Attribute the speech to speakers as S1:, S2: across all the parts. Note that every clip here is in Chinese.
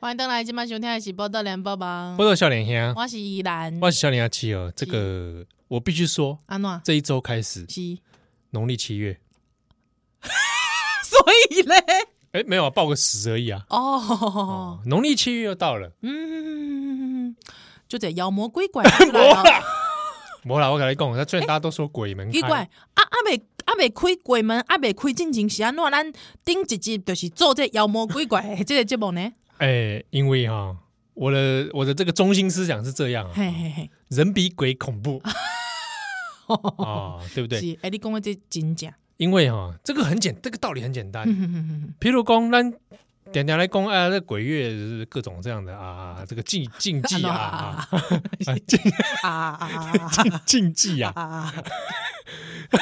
S1: 欢迎登来，今晚收听的是《报道联播吧
S2: 波》，豆笑脸兄，
S1: 我是依兰，
S2: 我是笑脸阿七儿。这个我必须说，
S1: 安诺
S2: 这一周开始，
S1: 是，
S2: 农历七月，
S1: 所以嘞，
S2: 哎，没有啊，报个时而已啊。
S1: 哦，
S2: 农历七月又到了，
S1: 嗯，就这妖魔鬼怪出 来了，
S2: 没啦，我跟你讲，那虽然大家都说鬼门
S1: 奇怪
S2: 开，，
S1: 啊啊未啊未开鬼门，啊未开进前是安怎？咱顶一集就是做这妖魔鬼怪的 这个节目呢，
S2: 哎，因为哈，我的我的这个中心思想是这样啊，
S1: 嘿嘿嘿，
S2: 人比鬼恐怖 啊，对不对？
S1: 是，哎，你讲的这真假？
S2: 因为哈，这个很简，这个道理很简单。
S1: 嗯哼哼哼
S2: 譬如讲，咱点点来讲，啊，这鬼月就是各种这样的啊，这个禁禁 忌啊，
S1: 啊
S2: 啊 啊禁
S1: 啊啊 啊
S2: 禁忌啊
S1: 啊，啊啊！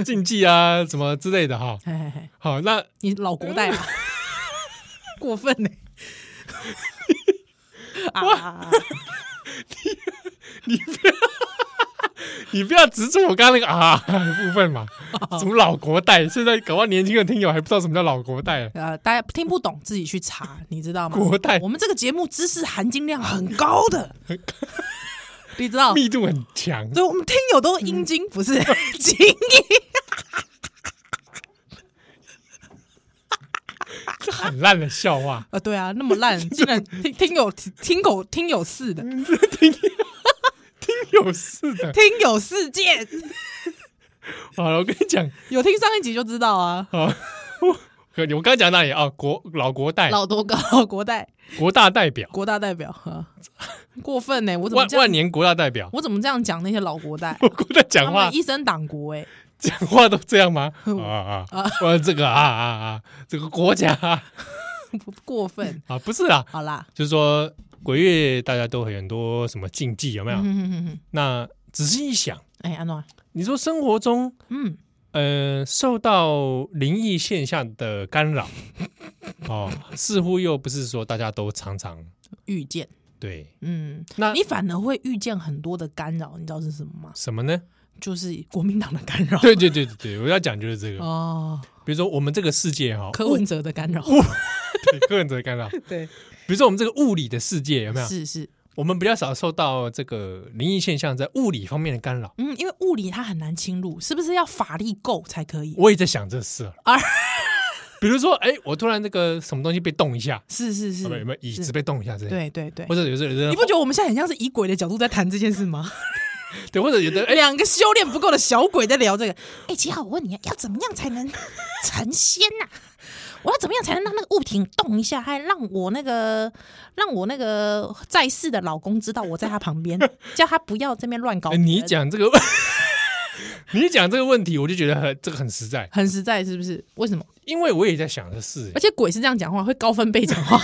S2: 禁忌啊，什么之类的哈。
S1: 嘿嘿嘿，
S2: 好，那
S1: 你老国代 吧，过分呢、啊，
S2: 你不要执着我刚刚那个啊 的部 分嘛，什么老国代，现在搞到年轻的听友还不知道什么叫老国代，啊
S1: 呃，大家听不懂自己去 查，你知道吗？
S2: 国代
S1: 我们这个节目知识含金量很高 的，你知道？
S2: 密嗯度很 强。
S1: 所以我们听友都阴茎，不 是精英。
S2: 这很烂的笑
S1: ，
S2: 话
S1: 呃，对啊，那么 烂，竟然听听友听狗听友四的
S2: 嗯听友似的。
S1: 听友世界，
S2: 好了，我跟你讲，
S1: 有听上一集就知道啊。
S2: 好，我我刚刚讲到哪里啊？国老国代，
S1: 老多高国代
S2: 国大代表，
S1: 国大代表，啊过分欸呢、我怎么
S2: 万
S1: 这样
S2: 万年国大 代表，？
S1: 我怎么这样讲那些老国代
S2: 国代讲
S1: 他
S2: 话
S1: 们一生党国哎、
S2: 讲话都这样吗？啊啊啊！我这个啊啊啊，这个国家啊
S1: 不过分。
S2: 啊，不是啊，
S1: 好啦，
S2: 就是说鬼月大家都有很多什么禁忌，有没有？
S1: 嗯哼哼哼，
S2: 那仔细一想，
S1: 哎，安诺，
S2: 你说生活中
S1: 嗯，
S2: 呃受到灵异现象的干扰， 哦，似乎又不是说大家都常常
S1: 遇见，
S2: 对
S1: 嗯，
S2: 那
S1: 你反而会遇见很多的干扰，你知道是什么吗？
S2: 什么呢？
S1: 就是国民党的干扰，
S2: 对对对对对，我要讲就是这个，
S1: 哦，
S2: 比如说我们这个世界哈、
S1: 柯文哲的干扰，
S2: 对 个人的干扰，
S1: 对，
S2: 比如说我们这个物理的世界有没有？
S1: 是是，
S2: 我们比较少受到这个灵异现象在物理方面的干扰。
S1: 嗯，因为物理它很难侵入，是不是要法力够才可以？
S2: 我也在想这事儿
S1: 啊，
S2: 比如说哎，我突然那个什么东西被动一下，
S1: 是是是
S2: 啊有，没有有没有椅
S1: 是
S2: 子被动一下之类
S1: 嗯
S2: 的，
S1: 对对对
S2: 或。者有时候有的人
S1: 你不觉得我们现在很像是以鬼的角度在谈这件事吗？
S2: 对，或者有的哎。
S1: 两个修炼不够的小鬼在聊这个。哎、七号，我问你，要怎么样才能 成仙呐、我要怎么样才能让那个物体动一下，还让我那个让我那个在世的老公知道我在他旁 边，叫他不要这边乱搞
S2: 哎
S1: 别人。
S2: 你讲这个， 你讲这个问题，我就觉得很这个很实在，
S1: 很实在是不是？为什么？
S2: 因为我也在想的是
S1: 而，且鬼是这样讲话，会高分贝讲话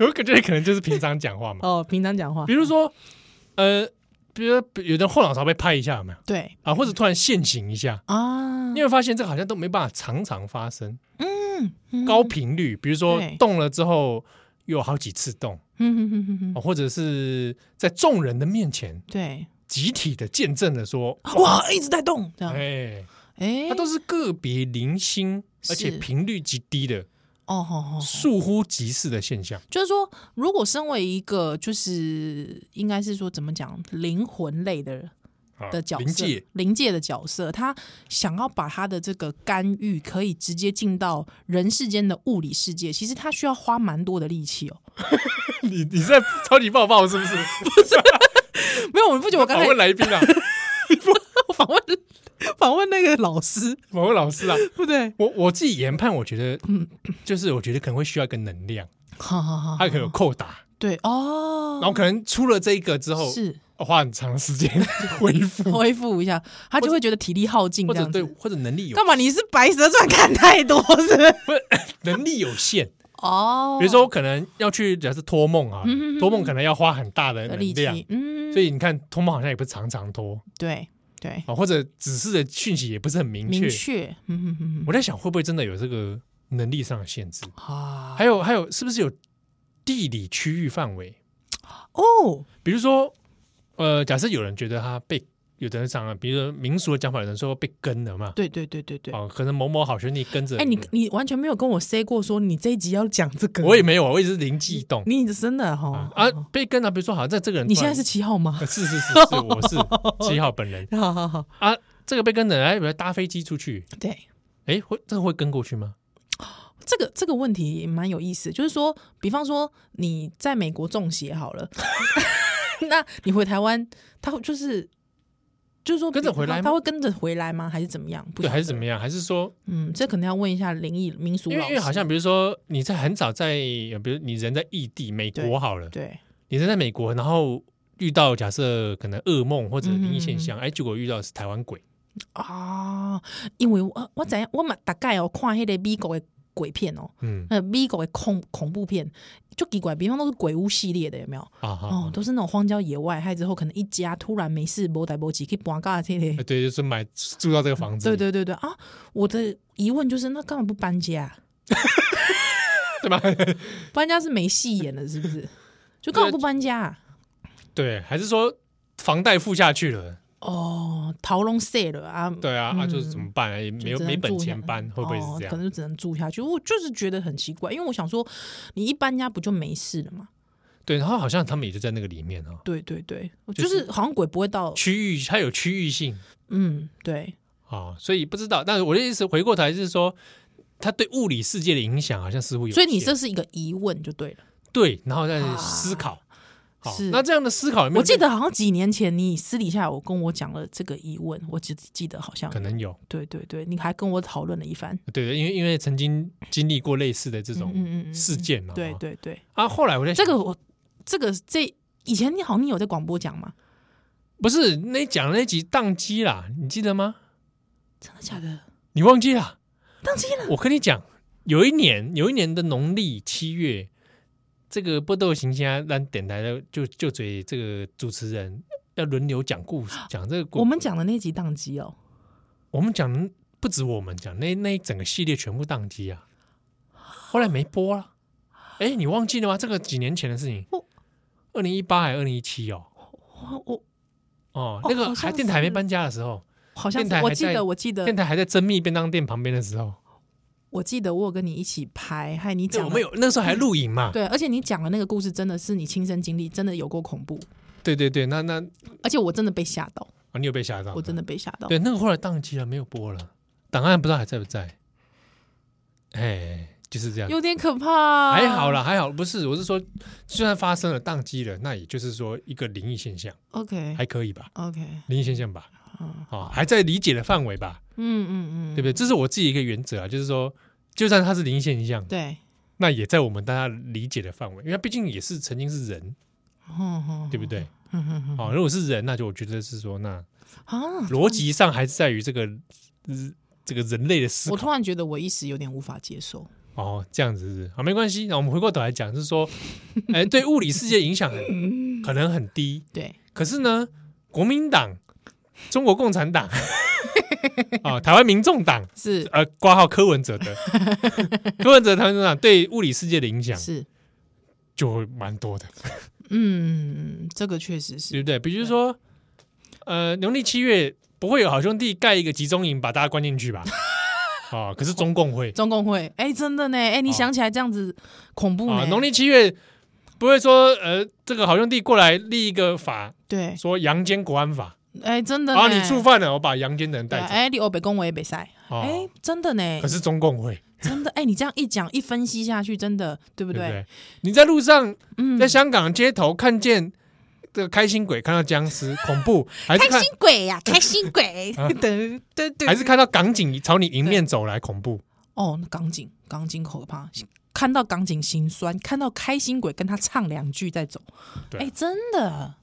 S2: 有感觉可能就是平常讲话 嘛，
S1: 哦，平常讲话
S2: 比如说，呃，比如说有的人后脑勺被拍一下，有没有
S1: 对
S2: 啊？或者突然现行一下，
S1: 啊
S2: 你，会发现这个好像都没办法常常发生，
S1: 嗯
S2: 高频率，比如说
S1: 对
S2: 动了之后又有好几次动，
S1: 嗯哼哼哼哼
S2: 啊或者是在众人的面前
S1: 对，
S2: 集体的见证了说，
S1: 哇，一直在动这样，哎、
S2: 哎，它都是个别零星，而且
S1: 是
S2: 频率极低的。
S1: 哦吼吼，
S2: 倏忽即逝的现象。
S1: 就是说，如果身为一个就是应该是说怎么讲灵魂类的
S2: 啊
S1: 的角色，
S2: 临界
S1: 灵界的角色，他想要把他的这个干预可以直接进到人世间的物理世界，其实他需要花蛮多的力气 哦。
S2: 你你在超级爆爆是 不是？
S1: 没有，我不觉得我刚
S2: 访
S1: 才
S2: 问来宾啊，
S1: 我访问访问那个老师，
S2: 访问老师啊。
S1: 对不对？
S2: 我我自己研判，我觉得，
S1: 嗯
S2: 就是我觉得可能会需要一个能量，
S1: 好好好，
S2: 它可能有扣打，
S1: 对哦，
S2: 然后可能出了这一个之后，
S1: 是
S2: 花很长的时间 恢复，
S1: 恢复一下，他就会觉得体力耗尽
S2: 或
S1: 这
S2: 者
S1: 样
S2: 对
S1: 子。
S2: 或者能力有
S1: 干嘛？你是《白蛇传》看太多是不是？
S2: 不是 能力有限。
S1: 哦，嗯
S2: 比如说，我可能要去假设托梦啊，托梦可能要花很大的
S1: 的
S2: 能
S1: 力
S2: 量，
S1: 气，嗯，
S2: 所以你看托梦好像也不是常常托
S1: 对对，
S2: 啊，或者指示的讯息也不是很明
S1: 嗯明
S2: 确。
S1: 确，嗯哼哼
S2: 我在想，会不会真的有这个能力上的限制？
S1: 哼，啊，
S2: 还有还有，是不是有地理区域范围？
S1: 哦，
S2: 比如说，呃，假设有人觉得他被有的人讲了，比如说民俗的讲法，有人说被跟了嘛，
S1: 对对对对对。
S2: 哦，可能某某好兄弟跟着，
S1: 哎、你你完全没有跟我 say 过说你这一集要讲这个，
S2: 我也没有，啊我也是灵机一动
S1: 你真的哈嗯
S2: 啊啊，被跟了，比如说好，这这个人
S1: 你
S2: 突
S1: 现
S2: 然
S1: 在是七号吗
S2: 呃？ 是是是是，我是七号本人
S1: 好好好，
S2: 啊，这个被跟的，哎，比如搭飞机出去，
S1: 对。
S2: 哎，会这个会跟过去吗？
S1: 这个这个问题蛮有意思，就是说，比方说你在美国中邪好了， 那你回台湾，他会就是就是说
S2: 跟着回来吗
S1: 他会跟着回来吗？还是怎么样？不
S2: 对，还是
S1: 晓
S2: 怎
S1: 得
S2: 么？样？还是说，
S1: 嗯，这可能要问一下灵异民俗
S2: 因
S1: 老
S2: 为
S1: 师，
S2: 因为好像比如说你在很早在，呃比如你人在异地美
S1: 对
S2: 国好了，
S1: 对
S2: 你人在美国，然后遇到假设可能噩梦或者灵异现
S1: 嗯
S2: 象，哎，结果遇到的是台湾鬼，
S1: 啊，因为我我怎样，我嘛大概哦看迄个美国的鬼片哦，
S2: 嗯
S1: 呃，美国的恐恐怖片就奇怪，比方都是鬼屋系列的，有没有？
S2: 啊哈，
S1: 哦，
S2: 啊
S1: 都是那种荒郊野外，害之后可能一家突然没事，无代无志去搬家这个
S2: 呃对，就是买住到这个房子
S1: 对
S2: 里，
S1: 对对对啊！我的疑问就是，那干嘛不搬家？
S2: 对吧？
S1: 搬家是没戏演了，是不是？就干嘛不搬家、啊
S2: 对，啊还是说房贷付下去了？
S1: 哦，逃龙碎了啊！
S2: 对啊，啊，就是怎么办啊？也没有
S1: 就只能
S2: 没本
S1: 住下
S2: 钱搬，会不会是这
S1: 哦？可
S2: 样？
S1: 能就只能住下去。我就是觉得很奇怪，因为我想说，你一搬家不就没事了吗？
S2: 对，然后好像他们也就在那个里面哦，
S1: 对对对，我
S2: 就
S1: 就是是好像鬼不会到，
S2: 区域它有区域性
S1: 嗯，对，
S2: 啊，所以不知道。但是我的意思，回过头来就是说，它对物理世界的影响好像似乎有
S1: 所
S2: 限，
S1: 以你这是一个疑问就对了。
S2: 对，然后再思考。好，
S1: 是
S2: 那这样的思考有没有？
S1: 我记得好像几年前你私底下有跟我讲了这个疑问，我只记得好像
S2: 可能有，
S1: 对对对，你还跟我讨论了一番。
S2: 对对，因为因为曾经经历过类似的这种
S1: 嗯
S2: 事件嘛，
S1: 对
S2: 哦
S1: 对对，
S2: 啊，后来我在
S1: 这
S2: 想
S1: 个我这个这以前你好像你有在广播讲吗？
S2: 不是那讲那集宕机啦，你记得吗？
S1: 真的假的？
S2: 你忘记了？
S1: 当机了？
S2: 我跟你讲，有一年，有一年的农历七月，这个波豆行家让电台的就就嘴这个主持人要轮流讲故事，讲这个故
S1: 我们讲的那集宕机哦，
S2: 我们讲不止我们讲，那那一整个系列全部宕机啊，后来没播了、哎，你忘记了吗？这个几年前的事情
S1: 我，
S2: 二零一八还二零一七哦，
S1: 我我哦
S2: 哦，那个
S1: 好像
S2: 还电台还没
S1: 是
S2: 搬家的时候，
S1: 好像
S2: 电
S1: 是
S2: 台
S1: 我
S2: 还
S1: 记
S2: 在
S1: 得我记
S2: 电
S1: 得
S2: 台还在珍蜜便当店旁边的时候，
S1: 我记得我有跟你一起拍，还你
S2: 对，
S1: 讲
S2: 我
S1: 了
S2: 们有那时候还录影嘛，
S1: 对，而且你讲的那个故事真的是你亲身经历，真的有过恐怖，
S2: 对对对，那那
S1: 而且我真的被吓到，
S2: 啊，你有被吓到？
S1: 我真的被吓到。
S2: 对，那个后来宕机了，没有播了，档案不知道还在不在。哎，就是这样，
S1: 有点可怕，
S2: 还好。啦，还好，不是，我是说，虽然发生了宕机了，那也就是说一个灵异现象，
S1: OK
S2: 还可以吧，
S1: OK，
S2: 灵异现象吧，
S1: 嗯
S2: 哦，还在理解的范围吧，
S1: 嗯嗯嗯，
S2: 对不对？这是我自己一个原则啊，就是说，就算它是灵异现象，
S1: 对，
S2: 那也在我们大家理解的范围，因为它毕竟也是曾经是人，
S1: 嗯嗯，
S2: 对不对？
S1: 嗯嗯嗯
S2: 哦，如果是人，那就我觉得是说，那
S1: 啊，
S2: 逻辑上还是在于这个呃这个人类的思
S1: 我
S2: 考
S1: 突然觉得我一时有点无法接受。
S2: 哦，这样子是不是啊，没关系。那我们回过头来讲，是说， 哎，对物理世界影响很可能很低，
S1: 对，
S2: 可是呢，国民党、中国共 产党啊、台湾民众党，
S1: 是
S2: 呃，挂号柯文哲的 柯文哲、台湾民众党对物理世界的影响
S1: 是，
S2: 就会蛮多的，
S1: 嗯，这个确实
S2: 对
S1: 是
S2: 不对？比如说，呃，农历七月不会有好兄弟盖一个集中营把大家关进去 吧？啊、可是中共会
S1: 中共会，哎、真的呢，哎、你
S2: 哦
S1: 想起来这样子恐怖
S2: 啊
S1: 呢，，
S2: 农历七月不会说呃，这个好兄弟过来立一个法，
S1: 对，
S2: 说阳间国安法，
S1: 哎、真的呢，
S2: 啊，你触犯了，我把阳间的人
S1: 对
S2: 带
S1: 啊，
S2: 走。
S1: 哎、你欧北恭维北塞，哎、
S2: 哦，
S1: 真的呢
S2: 可，是中共会，
S1: 真的，哎、你这样一讲一分析下去，真的，对不
S2: 对不
S1: 对？
S2: 对？你在路上，
S1: 嗯
S2: 在，香港街头看见这个开心鬼，看到僵尸，恐怖，还是看
S1: 鬼呀、开心鬼，
S2: 啊
S1: 对对对，
S2: 还是看到港警朝你迎面走来，恐怖。
S1: 哦，那港警，港警可怕。看到港警心酸，看到开心鬼跟他唱两句再走，
S2: 对
S1: 哎、真的，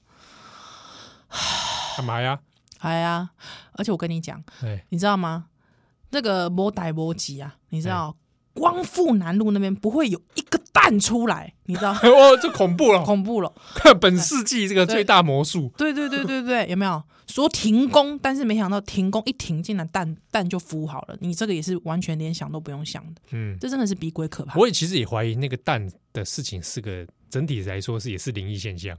S2: 干嘛呀？
S1: 哎呀，而且我跟你讲，
S2: 哎，
S1: 你知道吗？那个摩歹摩吉啊，你知
S2: 哎
S1: 道、光复南路那边不会有一个蛋出来，你知道
S2: 哦，这恐怖 了！
S1: 恐怖了。
S2: 本世纪这个最大魔术，
S1: 对对对对对，有没有说停工？但是没想到停工一停进来蛋蛋就孵好了，你这个也是完全连想都不用想的，
S2: 嗯，
S1: 这真的是比鬼可怕。
S2: 我也其实也怀疑那个蛋 的事情是个整体来说是也是灵异现象，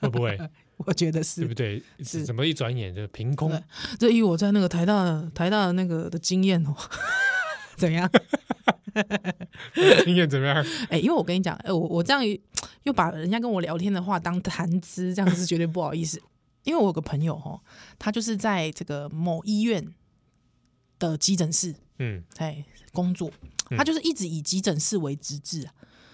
S2: 会不会？
S1: 我觉得
S2: 对不
S1: 是。
S2: 对？
S1: 是
S2: 怎么一转眼就凭空
S1: 对这以我在那个台大台大那个的经验哦， 怎么样？
S2: 经验怎么样？
S1: 哎、因为我跟你讲，哎、我我这样一又把人家跟我聊天的话当谈资，这样是绝对不好意思。因为我有个朋友哦，他就是在这个某医院的急诊室
S2: 嗯，
S1: 哎工作，他就是一直以急诊室为职志啊。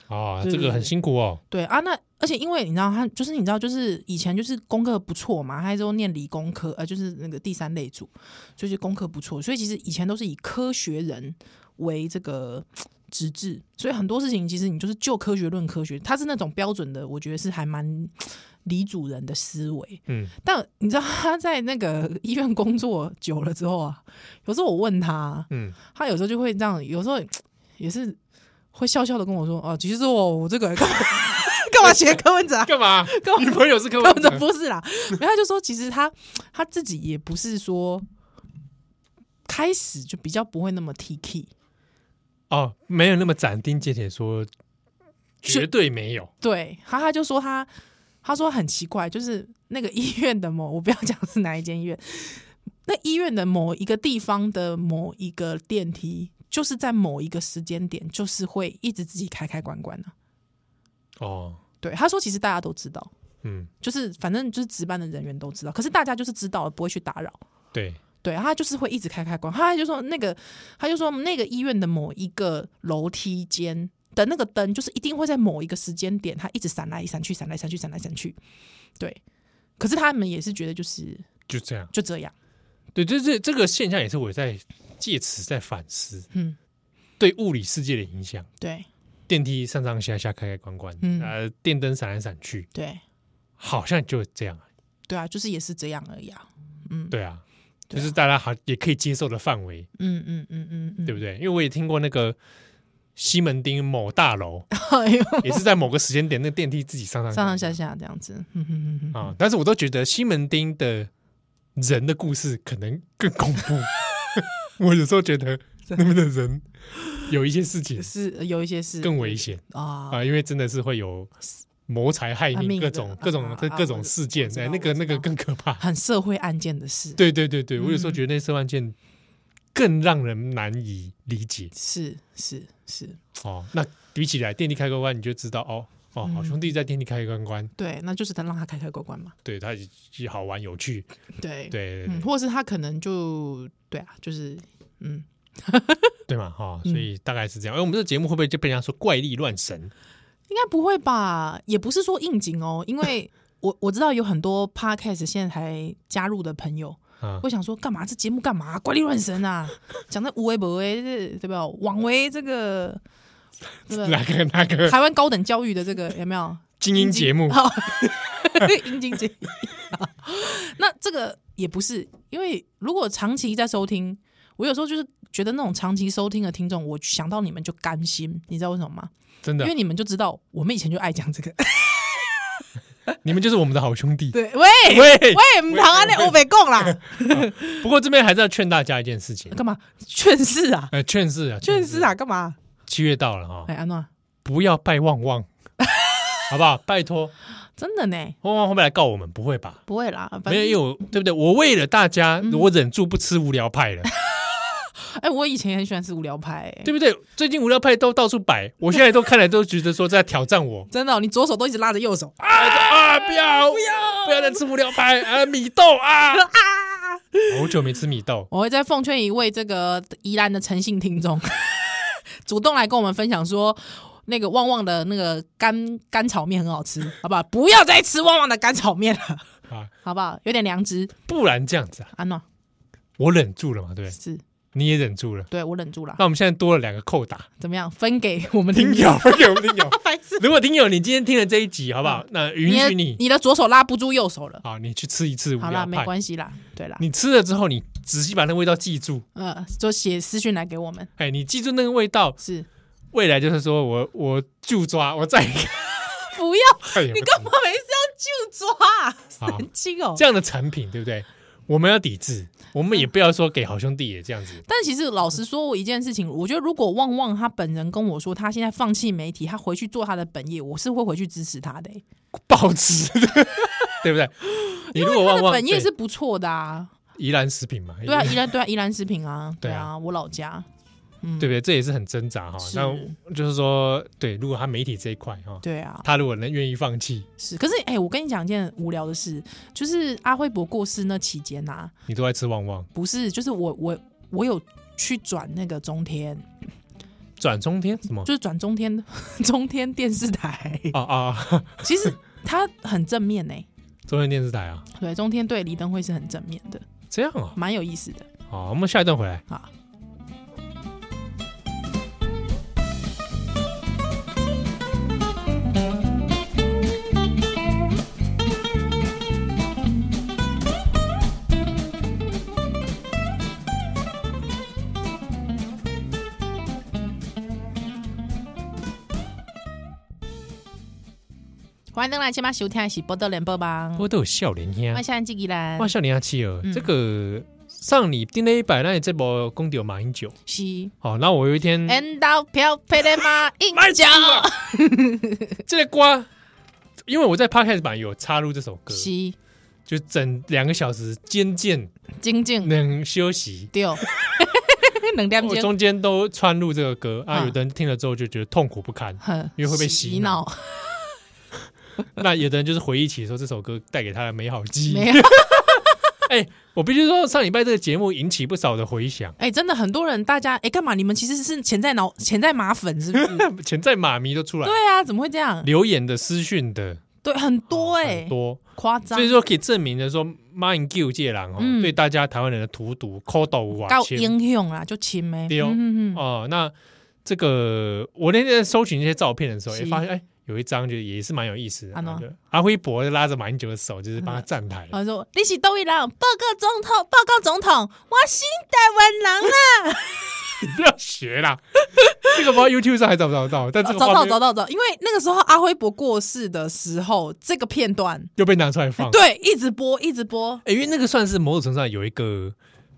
S2: 哦，
S1: 对
S2: 这
S1: 对
S2: 个很
S1: 对
S2: 辛苦哦。
S1: 对啊，那而且因为你知道他就是你知道就是以前就是功课不错嘛，他都念理工科，呃，就是那个第三类组，所以就是功课不错，所以其实以前都是以科学人为这个职志，所以很多事情其实你就是就科学论科学，他是那种标准的，我觉得是还蛮理主人的思维。
S2: 嗯，
S1: 但你知道他在那个 医院工作久了之后啊，有时候我问他，
S2: 嗯，
S1: 他有时候就会这样，有时候也是会笑笑的跟我说：“哦，其实我我这个干嘛 干嘛学柯文哲、 啊？
S2: 干嘛？
S1: 跟我
S2: 女朋友是柯
S1: 柯
S2: 文
S1: 文哲
S2: 哲
S1: 不是啦。”然后他就说：“其实他他自己也不是说开始就比较不会那么 T K，
S2: 哦，没有那么斩钉截铁说，绝对没有。
S1: 对，他他就说他他说很奇怪，就是那个医院的某我不要讲是哪一间医院，那医院的某一个地方的某一个电梯。”就是在某一个时间点，就是会一直自己开开关关啊的、
S2: 哦，
S1: 对，他说其实大家都知道，
S2: 嗯，
S1: 就是反正就是值班的人员都知道，可是大家就是知道了不会去打扰。
S2: 对，
S1: 对，他就是会一直开开关，他就说那个，他就说那个医院的某一个楼梯间的那个灯，就是一定会在某一个时间点，它一直闪来闪去，闪来闪去，闪来闪去。对，可是他们也是觉得就是
S2: 就这样。
S1: 就这样，
S2: 对，这这这个现象也是我在借此在反思
S1: 嗯，
S2: 对物理世界的影响。
S1: 对
S2: 电梯上上下下开开关关，
S1: 嗯
S2: 呃，电灯闪来闪去，
S1: 对
S2: 好像就这样。
S1: 对啊，就是也是这样而已啊。嗯，
S2: 对啊，
S1: 对啊
S2: 就是大家好也可以接受的范围，
S1: 嗯嗯嗯嗯嗯，
S2: 对不
S1: 对？
S2: 对？因为我也听过那个西门町某大楼
S1: 哎呦，
S2: 也是在某个时间点，那个电梯自己上上
S1: 上上下下这样子，嗯嗯嗯嗯，
S2: 啊，但是我都觉得西门町的人的故事可能更 恐怖。 我有时候觉得那边的人有一些事情
S1: 也嗯是有一些是
S2: 更危险
S1: 啊，
S2: 啊，因为真的是会有谋财害
S1: 啊
S2: 命
S1: 命
S2: 各
S1: 的
S2: 种
S1: 啊
S2: 各种
S1: 啊
S2: 各
S1: 啊
S2: 各
S1: 我
S2: 种
S1: 知
S2: 事件
S1: 我，知
S2: 哎，
S1: 道
S2: 那个
S1: 我知
S2: 那个
S1: 道
S2: 更 可怕。
S1: 很社会案件的事，
S2: 对对对对，我有时候
S1: 嗯
S2: 觉得那次案件更让人难以理解
S1: 是是是，
S2: 哦。那比起来电梯开关关，你就知道哦哦，
S1: 嗯
S2: 好兄弟在电梯开关关，
S1: 对，那就是他让他开开关关嘛，
S2: 对他好玩有趣，
S1: 对，
S2: 对对
S1: 嗯，
S2: 对
S1: 或者是他可能就对啊，就是嗯，
S2: 对嘛哈，
S1: 嗯
S2: 所以大概是这样。哎，我们这节目会不会就被人家说怪力乱神？
S1: 应该不会吧？也不是说应景哦，因 为我我知道有很多 podcast 现在还加入的朋友，
S2: 啊
S1: 会想说干嘛这节目干嘛怪力乱神啊，讲的无为不为这对吧？枉为这个这个
S2: 哪个哪个
S1: 台湾高等教育的这个有没有？
S2: 精英节目？
S1: 好， 阴茎节。那这个也不是，因为如果长期在收听，我有时候就是觉得那种长期收听的听众，我想到你们就甘心，你知道为什么吗？
S2: 真的
S1: 因为，你们就知道我们以前就爱讲这 个。
S2: 你们就是我们的好兄弟。
S1: 对，喂
S2: 喂，
S1: 喂，唔唐安内我被供啦，
S2: 不过这边还是要劝大家一件事情，
S1: 干嘛劝世啊？
S2: 呃，劝是啊，
S1: 劝世啊，，干嘛？
S2: 七月到了哈
S1: 哎，，安诺，
S2: 不要拜旺旺， 好不好？拜托，
S1: 真的呢，
S2: 旺旺会不会来告我们？不会吧？
S1: 不会啦，反
S2: 没有，
S1: 正嗯
S2: 因为我对不对？我为了大家，我忍住不吃无聊 派了，
S1: 哎，我以前也很喜欢吃无聊派，哎
S2: 对不对？最近无聊派都到处摆，我现在都看来都觉得说在挑战我
S1: 真的哦，你左手都一直拉着右手 啊
S2: 啊啊！不要不要不要再吃无聊派啊！米豆啊，
S1: 啊！
S2: 好久没吃米豆，
S1: 我会再奉劝一位这个宜兰的诚信听众， 主动来跟我们分享说，那个旺旺的那个干干炒面很好吃，好不好？不要再吃旺旺的干炒面了，
S2: 啊
S1: 好不好？有点良知，
S2: 不然这样子啊，
S1: 安诺
S2: 我忍住了嘛，对不对？
S1: 是
S2: 你也忍住了，
S1: 对我忍住了
S2: 那，我们现在多了两个扣打，
S1: 怎么样？分给我们
S2: 啊 听
S1: 听
S2: 友，分给我们听友。
S1: 白痴，
S2: 如果听友你今天听了这一集，好不好？那允许
S1: 嗯你的
S2: 你
S1: 你的左手拉不住右手了，
S2: 啊，你去吃一次无
S1: 好
S2: 聊
S1: 啦，没
S2: 派，
S1: 关系啦，对啦，
S2: 你吃了之后，你仔细把那味道记住。
S1: 呃，就写私讯来给我们，
S2: 哎，你记住那个味道，
S1: 是
S2: 未来就是说我我就抓，我再也
S1: 不要，
S2: 再也 不
S1: 你
S2: 吃
S1: 干嘛每次要就抓啊、
S2: 好
S1: 神经哦？
S2: 这样的产品，对不对？我们要抵制，我们也不要说给好兄弟也这样子。
S1: 但其实老实说，我一件事情，我觉得如果旺旺他本人跟我说他现在放弃媒体，他回去做他的本业，我是会回去支持他的欸、
S2: 保持， 对不对？你如果
S1: 他
S2: 旺
S1: 的
S2: 旺
S1: 本业
S2: 对
S1: 是不错的啊，
S2: 宜兰食品嘛，
S1: 对啊，宜兰对啊，宜兰食品啊，
S2: 对啊
S1: 对啊，我老家，嗯，
S2: 对不对？这也是很挣扎哈。
S1: 是
S2: 那就是说，对，如果他媒体这一块哈，
S1: 对啊，
S2: 他如果能愿意放弃，
S1: 是。可是哎、我跟你讲一件无聊的事，就是阿辉伯过世那期间啊，
S2: 你都在吃旺旺
S1: 不是，就是我我我有去转那个中天，
S2: 转中天什么？
S1: 就是转中天 中天电视台，
S2: 啊啊，
S1: 其实它很正面呢、
S2: 中央电视台啊，
S1: 对，中天对李登辉是很正面的，
S2: 这样啊，
S1: 蛮有意思的
S2: 好，我们下一段回来。
S1: 啊。欢迎登来，今晚收听的是《波多连播帮
S2: 不》，过都有笑脸呀
S1: 我，现在自己来
S2: 哇，，笑脸啊，妻儿
S1: 嗯，
S2: 这个上礼订了一百，那你这波公掉马英九。
S1: 是。
S2: 好，那我有一天，
S1: 缘到飘飘的马应
S2: 买
S1: 脚
S2: 酒，这个瓜，因为我在 podcast 版有插入这首歌，
S1: 是
S2: 就整两个小时渐渐
S1: 静静
S2: 能休息，
S1: 掉， 两点
S2: 我
S1: 钟，
S2: 中间都穿入这个歌啊，
S1: 嗯，
S2: 有的人听了之后就觉得痛苦不堪
S1: 哼
S2: 因为会被洗
S1: 洗
S2: 脑
S1: 脑，
S2: 那有的人就是回忆起说这首歌带给他的美好记忆
S1: 没。有
S2: 我必须说，上礼拜这个节目引起不少的回响，
S1: 哎，真的很多人，大家哎干嘛？你们其实是潜在脑潜在马粉是不 是？
S2: 潜在马迷都出来，
S1: 对啊，怎么会这样？
S2: 留言的私讯的
S1: 对，很多哎
S2: 哦很，多，
S1: 夸张
S2: 所，以说可以证明的说马英九界郎哦，
S1: 嗯
S2: 对大家台湾人的荼毒、抠斗瓦
S1: 高
S2: 切
S1: 英雄啦，就亲呗。
S2: 对哦
S1: 嗯嗯嗯
S2: 哦，那这个我那天在搜寻那些照片的时候，也
S1: 是
S2: 发现哎，有一张就也是蛮有意思的
S1: 安怎，哦
S2: 就阿辉伯拉着马英九的手，就是帮他站台。
S1: 他说：“你是都一郎，报告总统，报告总统，我新台湾人啊！
S2: 你不要学啦， 这个不知道 YouTube 上还找不找得到，但这
S1: 哦找到
S2: 个画
S1: 找
S2: 面
S1: 到找到，因为那个时候阿辉伯过世的时候，这个片段
S2: 又被拿出来放。
S1: 对一直播一直播，
S2: 哎，因为那个算是某种程度上有一个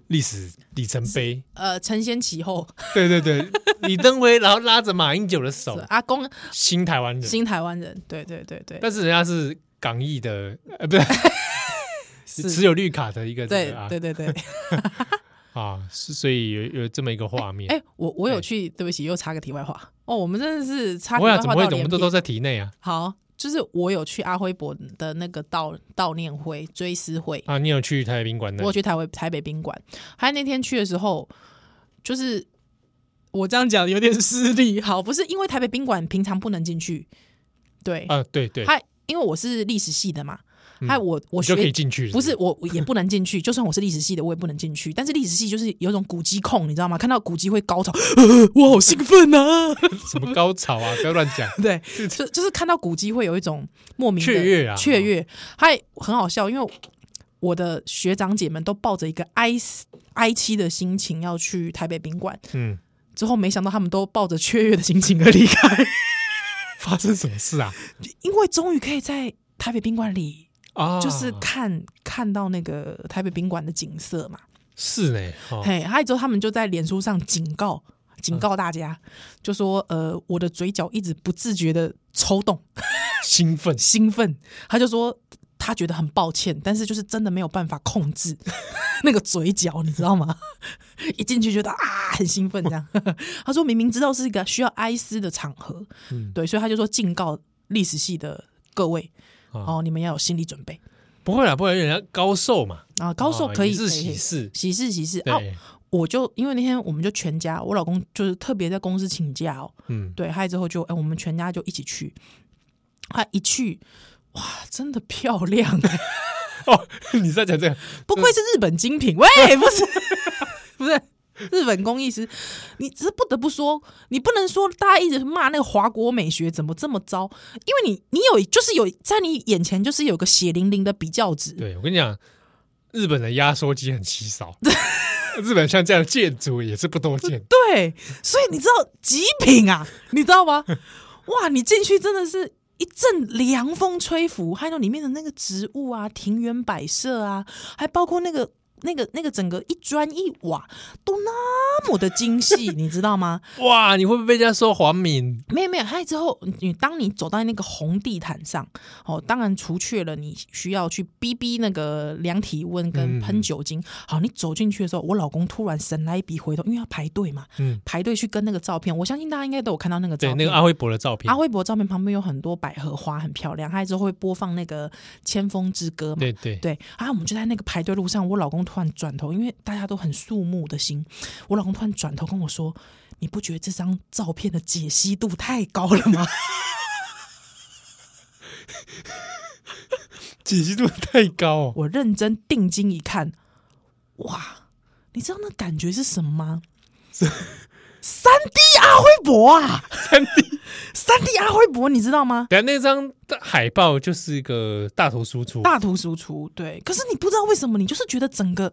S2: 历史里程碑。
S1: 呃，承先启后，
S2: 对对对，李登辉然后拉着马英九的
S1: 是
S2: 手，
S1: 阿公
S2: 新台湾人，
S1: 新台湾人，对对对对，
S2: 但是人家是港裔的，呃，不是 持有绿卡的一个这
S1: 对
S2: 个啊
S1: 对对 对。
S2: 啊，是所以有有这么一个画面。
S1: 哎，我我有
S2: 哎
S1: 去，对不起，又插个题外话。哦，我们真的是插题
S2: 不会
S1: 外
S2: 啊，
S1: 话
S2: 怎么会？
S1: 到
S2: 我们
S1: 脸
S2: 都都
S1: 皮
S2: 在体内啊。
S1: 好。就是我有去阿辉伯的那个悼悼念会、追思会，
S2: 啊，你有去台北宾馆的
S1: 我？有去台北台北宾馆。还有那天去的时候，就是我这样讲有点失礼，好，不是因为台北宾馆平常不能进去，对，
S2: 啊，对对，嗯
S1: 还因为我是历史系的嘛，还有我我
S2: 你就可
S1: 学
S2: 以进去。
S1: 不是我我也不能进去，就算我是历史系的，我也不能进去。但是历史系就是有一种古迹控，你知道吗？看到古迹会高潮， 呃我好兴奋啊！
S2: 什么高潮啊，不要乱讲。
S1: 对，就就是看到古迹会有一种莫名的
S2: 雀跃啊
S1: 雀跃，还很好笑，因为我的学长姐们都抱着一个哀哀戚的心情要去台北宾馆，
S2: 嗯，
S1: 之后没想到他们都抱着雀跃的心情而离开，
S2: 发生什么事啊？
S1: 因为终于可以在台北宾馆里。
S2: 啊，
S1: 就是看看到那个台北宾馆的景色嘛，
S2: 是呢，哦嗯
S1: 嘿，还有之后他们就在脸书上警告警告大家，就说呃，我的嘴角一直不自觉的抽动，
S2: 兴奋
S1: 兴奋，他就说他觉得很抱歉，但是就是真的没有办法控 制那个嘴角，你知道吗？ 一进去觉得啊很兴奋这样， 他说明明知道是一个需要哀思的场合，
S2: 嗯
S1: 对，所以他就说警告历史系的各位
S2: 啊，
S1: 哦，你们要有心理准备
S2: 不会啦，不会，人家高寿嘛，
S1: 啊，高寿
S2: 啊
S1: 可以
S2: 也
S1: 可
S2: 是
S1: 以可
S2: 喜
S1: 以
S2: 事，
S1: 喜事喜事啊！
S2: 对，
S1: 我就因为那天我们就全家，我老公就是特别在公司请假哦，
S2: 嗯，
S1: 对，嗨之后就哎、我们全家就一起去，啊，一去哇，真的漂亮、欸，
S2: 哦， 你在讲这个，
S1: 不愧是日本精品，喂，不是 不是日本工艺师，你只是不得不说，你不能说大家一直骂那个华国美学怎么这么糟，因为你你有就是有在你眼前就是有个血淋淋的比较值，
S2: 对我跟你讲，日本的压缩机很稀 少，日本像这样的建筑也是不多见，
S1: 对，所以你知道极品啊，你知道吗？哇，你进去真的是一阵凉风吹拂，还有里面的那个植物啊、庭园摆设啊，还包括那个。那个那个整个一砖一瓦都那么的精细，你知道吗？
S2: 哇，你会不会被人家说黄敏？
S1: 没有没有，还之后你当你走到那个红地毯上，哦，当然除去了你需要去逼逼那个量体温
S2: 嗯
S1: 跟喷酒精。好，你走进去的时候，我老公突然神来一笔回头，因为要排队嘛，
S2: 嗯，
S1: 排队去跟那个照片，我相信大家应该都有看到那个照
S2: 对，
S1: 片。
S2: 那个阿辉伯的照片
S1: 阿，辉伯照片旁边有很多百合花，很漂亮。还之后会播放那个《千峰之歌》嘛，
S2: 对对，
S1: 对啊，我们就在那个排队路上，我老公突然转头，因为大家都很肃穆的心，我老公突然转头跟我说：“你不觉得这张照片的解析度太高了吗
S2: 解析度太高、？”哦，
S1: 我认真定睛一看，哇，你知道那感觉是什么吗？三 D 阿辉伯啊，
S2: 三 D。
S1: 三 D 阿辉伯，你知道吗？
S2: 等下那张海报就是一个大头输出，
S1: 大图输出对，可是你不知道为什么，你就是觉得整个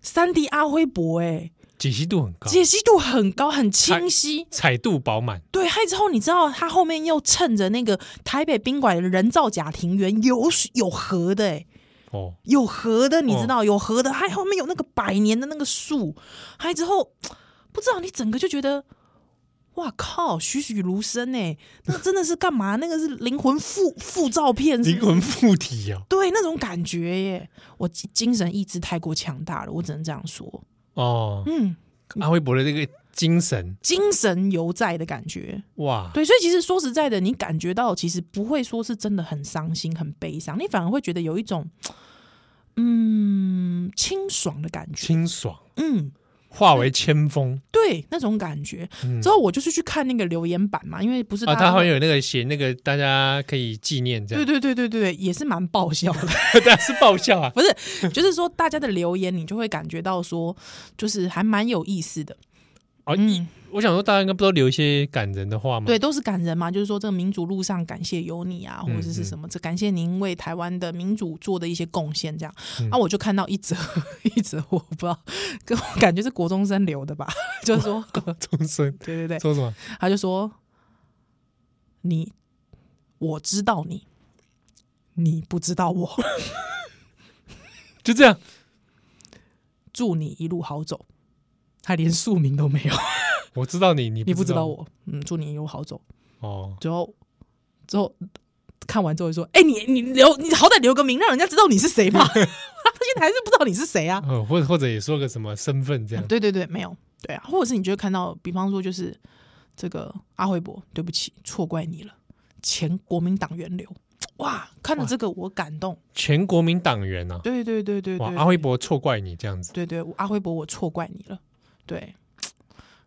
S1: 三 D 阿辉伯、欸，
S2: 解析度很高，
S1: 解析度很高，很清晰。
S2: 彩度饱满，
S1: 对，还之后你知道，他后面又趁着那个台北宾馆的人造假庭园有水有河的、欸，
S2: 哦，
S1: 有河的，你知道、有河的，还后面有那个百年的那个树，还之后不知道你整个就觉得，哇靠，栩栩如生哎、那真的是干嘛？那个是灵魂附附照片是
S2: 灵
S1: 不是，
S2: 魂附体啊！
S1: 对那种感觉耶、我精精神意志太过强大了，我只能这样说，
S2: 哦，
S1: 嗯，
S2: 阿辉伯的这个精神，
S1: 精神犹在的感觉。
S2: 哇，
S1: 对，所以其实说实在的，你感觉到其实不会说是真的很伤心、很悲伤，你反而会觉得有一种嗯清爽的感觉，
S2: 清爽，
S1: 嗯，
S2: 化为千峰
S1: 对，那种感觉。
S2: 嗯
S1: 之后我就是去看那个留言板嘛，因为不是
S2: 啊！
S1: 大家
S2: 他好
S1: 会
S2: 像有那个写那个，大家可以纪念这
S1: 对
S2: 样，
S1: 对对对对，也是蛮爆笑的。
S2: 大家是爆笑啊！
S1: 不是，就是说大家的留言，你就会感觉到说，就是还蛮有意思的。
S2: 哦，
S1: 嗯，
S2: 我想说，大家应该不都留一些感人的话吗？
S1: 对， 都是感人嘛，就是说这个民主路上感谢有你啊，或者
S2: 嗯
S1: 是
S2: 嗯
S1: 什么，这感谢您为台湾的民主做的一些贡献，这样。
S2: 嗯
S1: 啊，我就看到一则 一则，我不知道，跟我感觉是国中生留的吧，就是说，
S2: 终身
S1: 对对对，
S2: 说什么？
S1: 他就说你，我知道你，你不知道我，
S2: 就这样，
S1: 祝你一路好走。他连宿名都没有，
S2: 我知道你，你
S1: 你不知道我，嗯，祝你一路好走。
S2: 哦，
S1: 之后之后看完之后就说：“哎、你你留你好歹留个名，让人家知道你是谁 吧。”他现在还是不知道你是谁啊？
S2: 呃，或或者也说个什么身 份这样，
S1: 对对对，没有对啊，或者是你就会看到，比方说就是这个阿辉伯，对不起，错怪你了，前国民党源流。哇，看了这个我感动。
S2: 全国民党员啊，
S1: 对对对对对
S2: 哇，
S1: 对，
S2: 阿辉伯错怪你这样子，
S1: 对对，我阿辉伯，我错怪你了。对，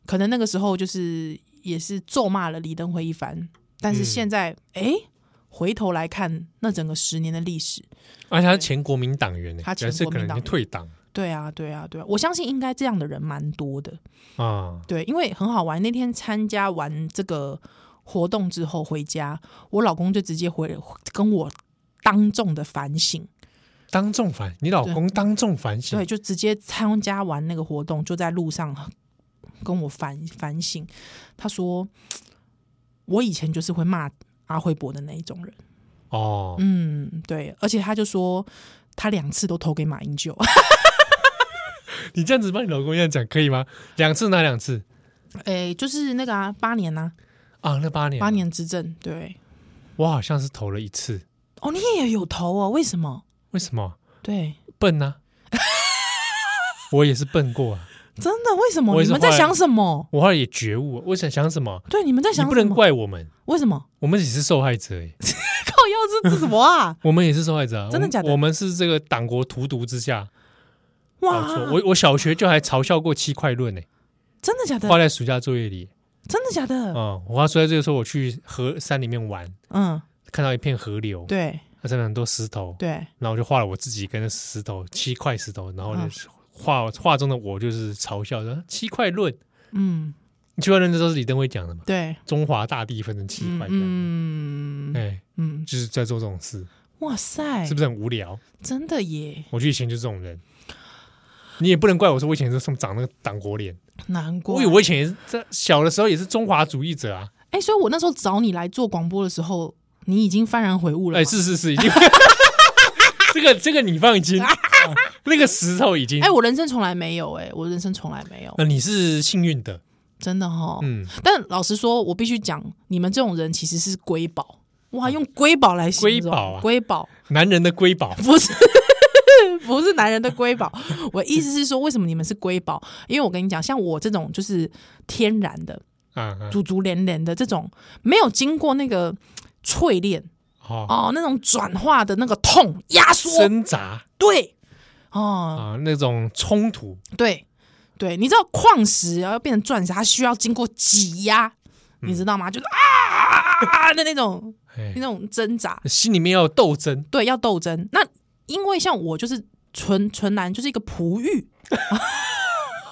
S1: 可能那个时候就是也是咒骂了李登辉一番，但是
S2: 嗯
S1: 现在哎、诶回头来看那整个十年的历史，
S2: 而啊且他是前国民党员呢，欸
S1: 他前
S2: 表示
S1: 国
S2: 可
S1: 民
S2: 能已
S1: 党员
S2: 经退党
S1: 对啊，对啊，对啊，我相信应该这样的人蛮多的。
S2: 啊，
S1: 对，因为很好玩。那天参加完这个活动之后回家，我老公就直接回跟我当众的反省，
S2: 当众反，你老公当众反省
S1: 对，，就直接参加完那个活动，就在路上跟我反反省。他说，我以前就是会骂阿辉伯的那一种人。
S2: 哦，
S1: 嗯，对，而且他就说。他两次都投给马英九，
S2: 你这样子帮你老公这样讲可以吗？两次哪两次
S1: 哎、就是那个啊，八年呐、
S2: 啊？那八
S1: 啊，
S2: 年，
S1: 八，年执政，对，
S2: 我好像是投了一次，
S1: 哦，你也有投哦？为什么？
S2: 为什么？
S1: 对，
S2: 笨啊，我也是笨过啊，
S1: 真的为什么？
S2: 我也
S1: 你
S2: 是
S1: 们在
S2: 后来
S1: 想什么？
S2: 我后来也觉悟了，我想想什么？
S1: 对，你们在
S2: 你
S1: 想
S2: 不
S1: 什
S2: 能
S1: 么？
S2: 怪我们，
S1: 为什么？
S2: 我们只是受害者哎。
S1: 靠腰这这什么啊？
S2: 我们也是受害者、啊，
S1: 真的假的
S2: 我们我们是这个党国荼毒之下，搞错
S1: 哇，
S2: 我我小学就还嘲笑过七块论呢、
S1: 真的假的
S2: 画？在暑假作业里。
S1: 真的假的？
S2: 嗯，我画出来这个时候，我去河山里面玩，
S1: 嗯，
S2: 看到一片河流，
S1: 对
S2: 它上面很多石头，
S1: 对，
S2: 然后我就画了我自己跟那石头七块石头，然后
S1: 嗯
S2: 就是画画中的我就是嘲笑说啊七块论，
S1: 嗯
S2: 七块论这都是李登辉讲的嘛，
S1: 对，
S2: 中华大地分成七块这样，
S1: 嗯
S2: 哎、
S1: 嗯哎嗯，
S2: 就是在做这种事，
S1: 哇塞
S2: 是，不是很无聊？
S1: 真的耶，
S2: 我觉得以前就是这种人，你也不能怪我说我以前是长那个党国脸。
S1: 难怪
S2: 我以。为我以前也是在小的时候也是中华主义者啊，
S1: 哎，所以我那时候找你来做广播的时候，你已经幡然悔悟了
S2: 哎，
S1: 吗。
S2: 是是是，已经 这个这个你放心， 啊那个石头已经
S1: 哎、，我人生从来没有哎、我人生从来没有，
S2: 那你是幸运的，
S1: 真的哈。
S2: 嗯，
S1: 但老实说，我必须讲，你们这种人其实是瑰宝哇！用瑰宝来形容，
S2: 瑰宝啊
S1: 瑰宝
S2: 男人的瑰宝，
S1: 不是 不是男人的瑰宝。我意思是说，为什么你们是瑰宝？因为我跟你讲，像我这种就是天然的、
S2: 啊，啊
S1: 足足连连的这种，没有经过那个淬炼
S2: 好，
S1: 哦，那种转化的那个痛压缩，
S2: 挣扎
S1: 对哦，
S2: 啊，那种冲突，
S1: 对对，你知道矿石要变成钻石，它需要经过挤压，你知道吗？就是啊的那种
S2: 哎
S1: 那，种挣扎，
S2: 心里面要有斗争，
S1: 对，要斗争。那因为像我就是纯纯男，就是一个璞玉。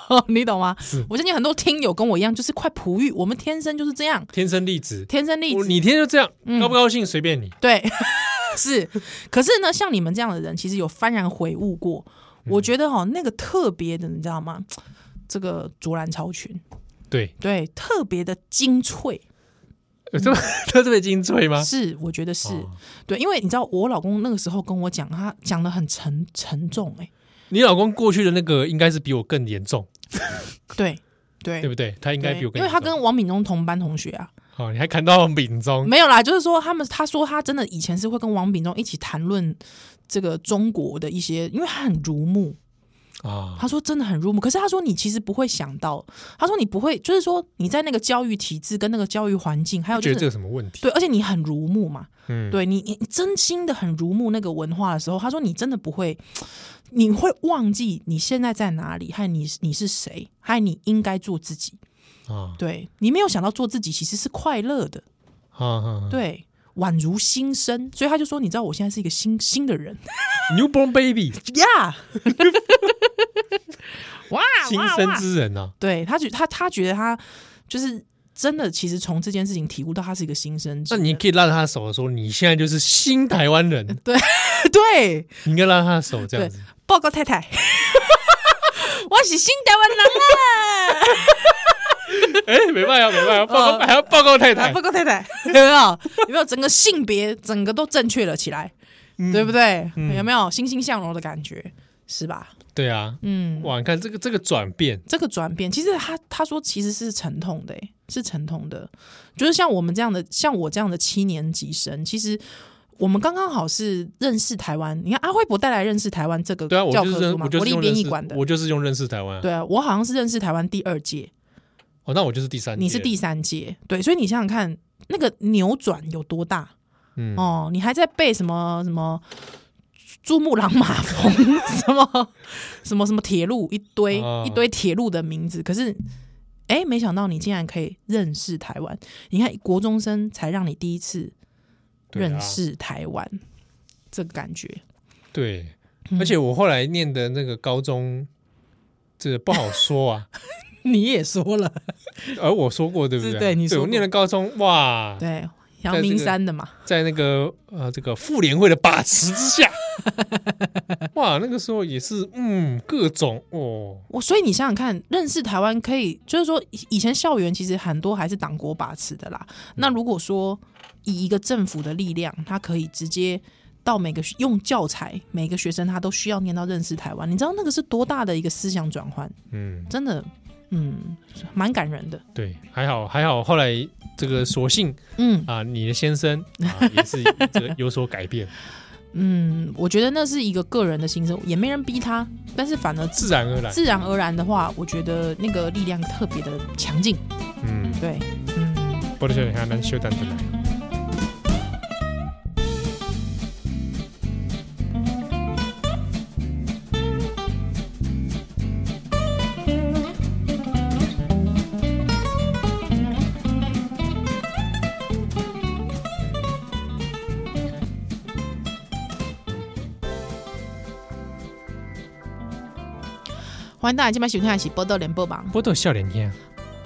S1: 哦，你懂吗
S2: 是？
S1: 我相信很多听友跟我一样，就是快璞玉，我们天生就是这样，
S2: 天生丽质，
S1: 天生丽
S2: 我
S1: 质。
S2: 你天天就这样，
S1: 嗯
S2: 高不高兴随便你，
S1: 对， 是。可是呢，像你们这样的人，其实有幡然悔悟过。
S2: 嗯
S1: 我觉得哈、哦，那个特别的，你知道吗？这个竹篮草裙，
S2: 对，
S1: 对，特别的精粹，
S2: 呃 这么这么精粹吗？
S1: 是我觉得嗯是、
S2: 啊哦
S1: 对，因为你知道我老公那个时候跟我讲，他讲的很沉沉重、欸，
S2: 你老公过去的那个应该是比我更严重，
S1: 对对
S2: 对不对？他应该
S1: 对
S2: 比我更
S1: 因为
S2: 严重，
S1: 他跟王敏中同班同学啊，
S2: 哦，你还看到丙中，
S1: 没有啦，就是说他们他说他真的以前是会跟王敏中一起谈论这个中国的一些，因为他很入目，
S2: 啊，
S1: 他说真的很入目，可是他说你其实不会想到，他说你不会，就是说你在那个教育体制跟那个教育环境，还有
S2: 觉
S1: 就
S2: 得这
S1: 是。
S2: 有什么问题？
S1: 对，而且你很如目嘛，
S2: 嗯，
S1: 对你，你真心的很如目那个文化的时候，他说你真的不会，你会忘记你现在在哪里，还有你你是谁，还有你应该做自己。
S2: 啊
S1: 对你没有想到做自己其实是快乐的，
S2: 啊啊
S1: 对，宛如新生。所以他就说，你知道我现在是一个新新的人
S2: ，Newborn Baby，
S1: 呀，哇，
S2: 新
S1: 哇
S2: 生
S1: 哇
S2: 之人啊，
S1: 对他觉他他觉得他就是真的，其实从这件事情体悟到他是一个新生之
S2: 那
S1: 人。
S2: 你可以拉着他的手说，你现在就是新台湾人，
S1: 对
S2: 你应该拉着他的手这样子，
S1: 报告太太， 我是新台湾啊人啦。
S2: 哎，没办法，没办 法，报告还要报告太
S1: 啊，
S2: 太
S1: 哦报，告太太， 有没有？有没有整个性别整个都正确了起来，
S2: 嗯
S1: 对不对？有没有欣欣向荣的感觉？是吧？
S2: 对啊，
S1: 嗯，
S2: 哇，你看这个这个转变，
S1: 这个转变，其实他他说其实是沉痛的、欸，是沉痛的。就是像我们这样的，像我这样的七年级生，其实我们刚刚好是认识台湾。你看阿辉伯带来认识台湾这个
S2: 对啊，我
S1: 教
S2: 就
S1: 科
S2: 是
S1: 书
S2: 认
S1: 嘛，
S2: 我就
S1: 国
S2: 是
S1: 立
S2: 用
S1: 编
S2: 认
S1: 译馆
S2: 识，
S1: 的。
S2: 我就是用认识台湾啊，
S1: 对啊，我好像是认识台湾第二届，
S2: 哦，那我就是第三，
S1: 你是第，三届，对，所以你想想看，那个扭转有多大？
S2: 嗯，
S1: 哦，你还在背什么什么珠穆朗玛峰 什么什么什么铁路一堆、
S2: 啊
S1: 一堆铁路的名字，可是哎、诶没想到你竟然可以认识台湾。你看国中生才让你第一次
S2: 对啊
S1: 认识台湾，这个感觉
S2: 对，
S1: 嗯
S2: 而且我后来念的那个高中，这个不好说 啊。
S1: 你也说了，
S2: 而我说过对不
S1: 是
S2: 对？
S1: 对你说
S2: 我
S1: 过
S2: 念了高中，哇，
S1: 对，
S2: 在
S1: 阳
S2: 这
S1: 明
S2: 个
S1: 山的嘛，
S2: 在那个呃这个妇联会的把持之 下，哇，那个时候也是嗯各种哦，
S1: 我所以你想想看，认识台湾可以，就是说以以前校园其实很多还是党国把持的啦。那如果说以一个政府的力量，它可以直接到每个用教材，每个学生他都需要念到认识台湾，你知道那个是多大的一个思想转换？
S2: 嗯，
S1: 真的，嗯，蛮感人的。
S2: 对，还好还好，后来这个所幸
S1: 嗯
S2: 啊，你的先生啊也是这个有所改 变，
S1: 嗯，我觉得那是一个个人的心声，也没人逼他，但是反而自
S2: 自然而然，
S1: 自然而然的话，我觉得那个力量特别的强劲。
S2: 嗯，
S1: 对，嗯。
S2: 波多小姐看咱休蛋回来。
S1: 欢迎大家今晚收听的是《波多连播榜》。
S2: 波多笑脸天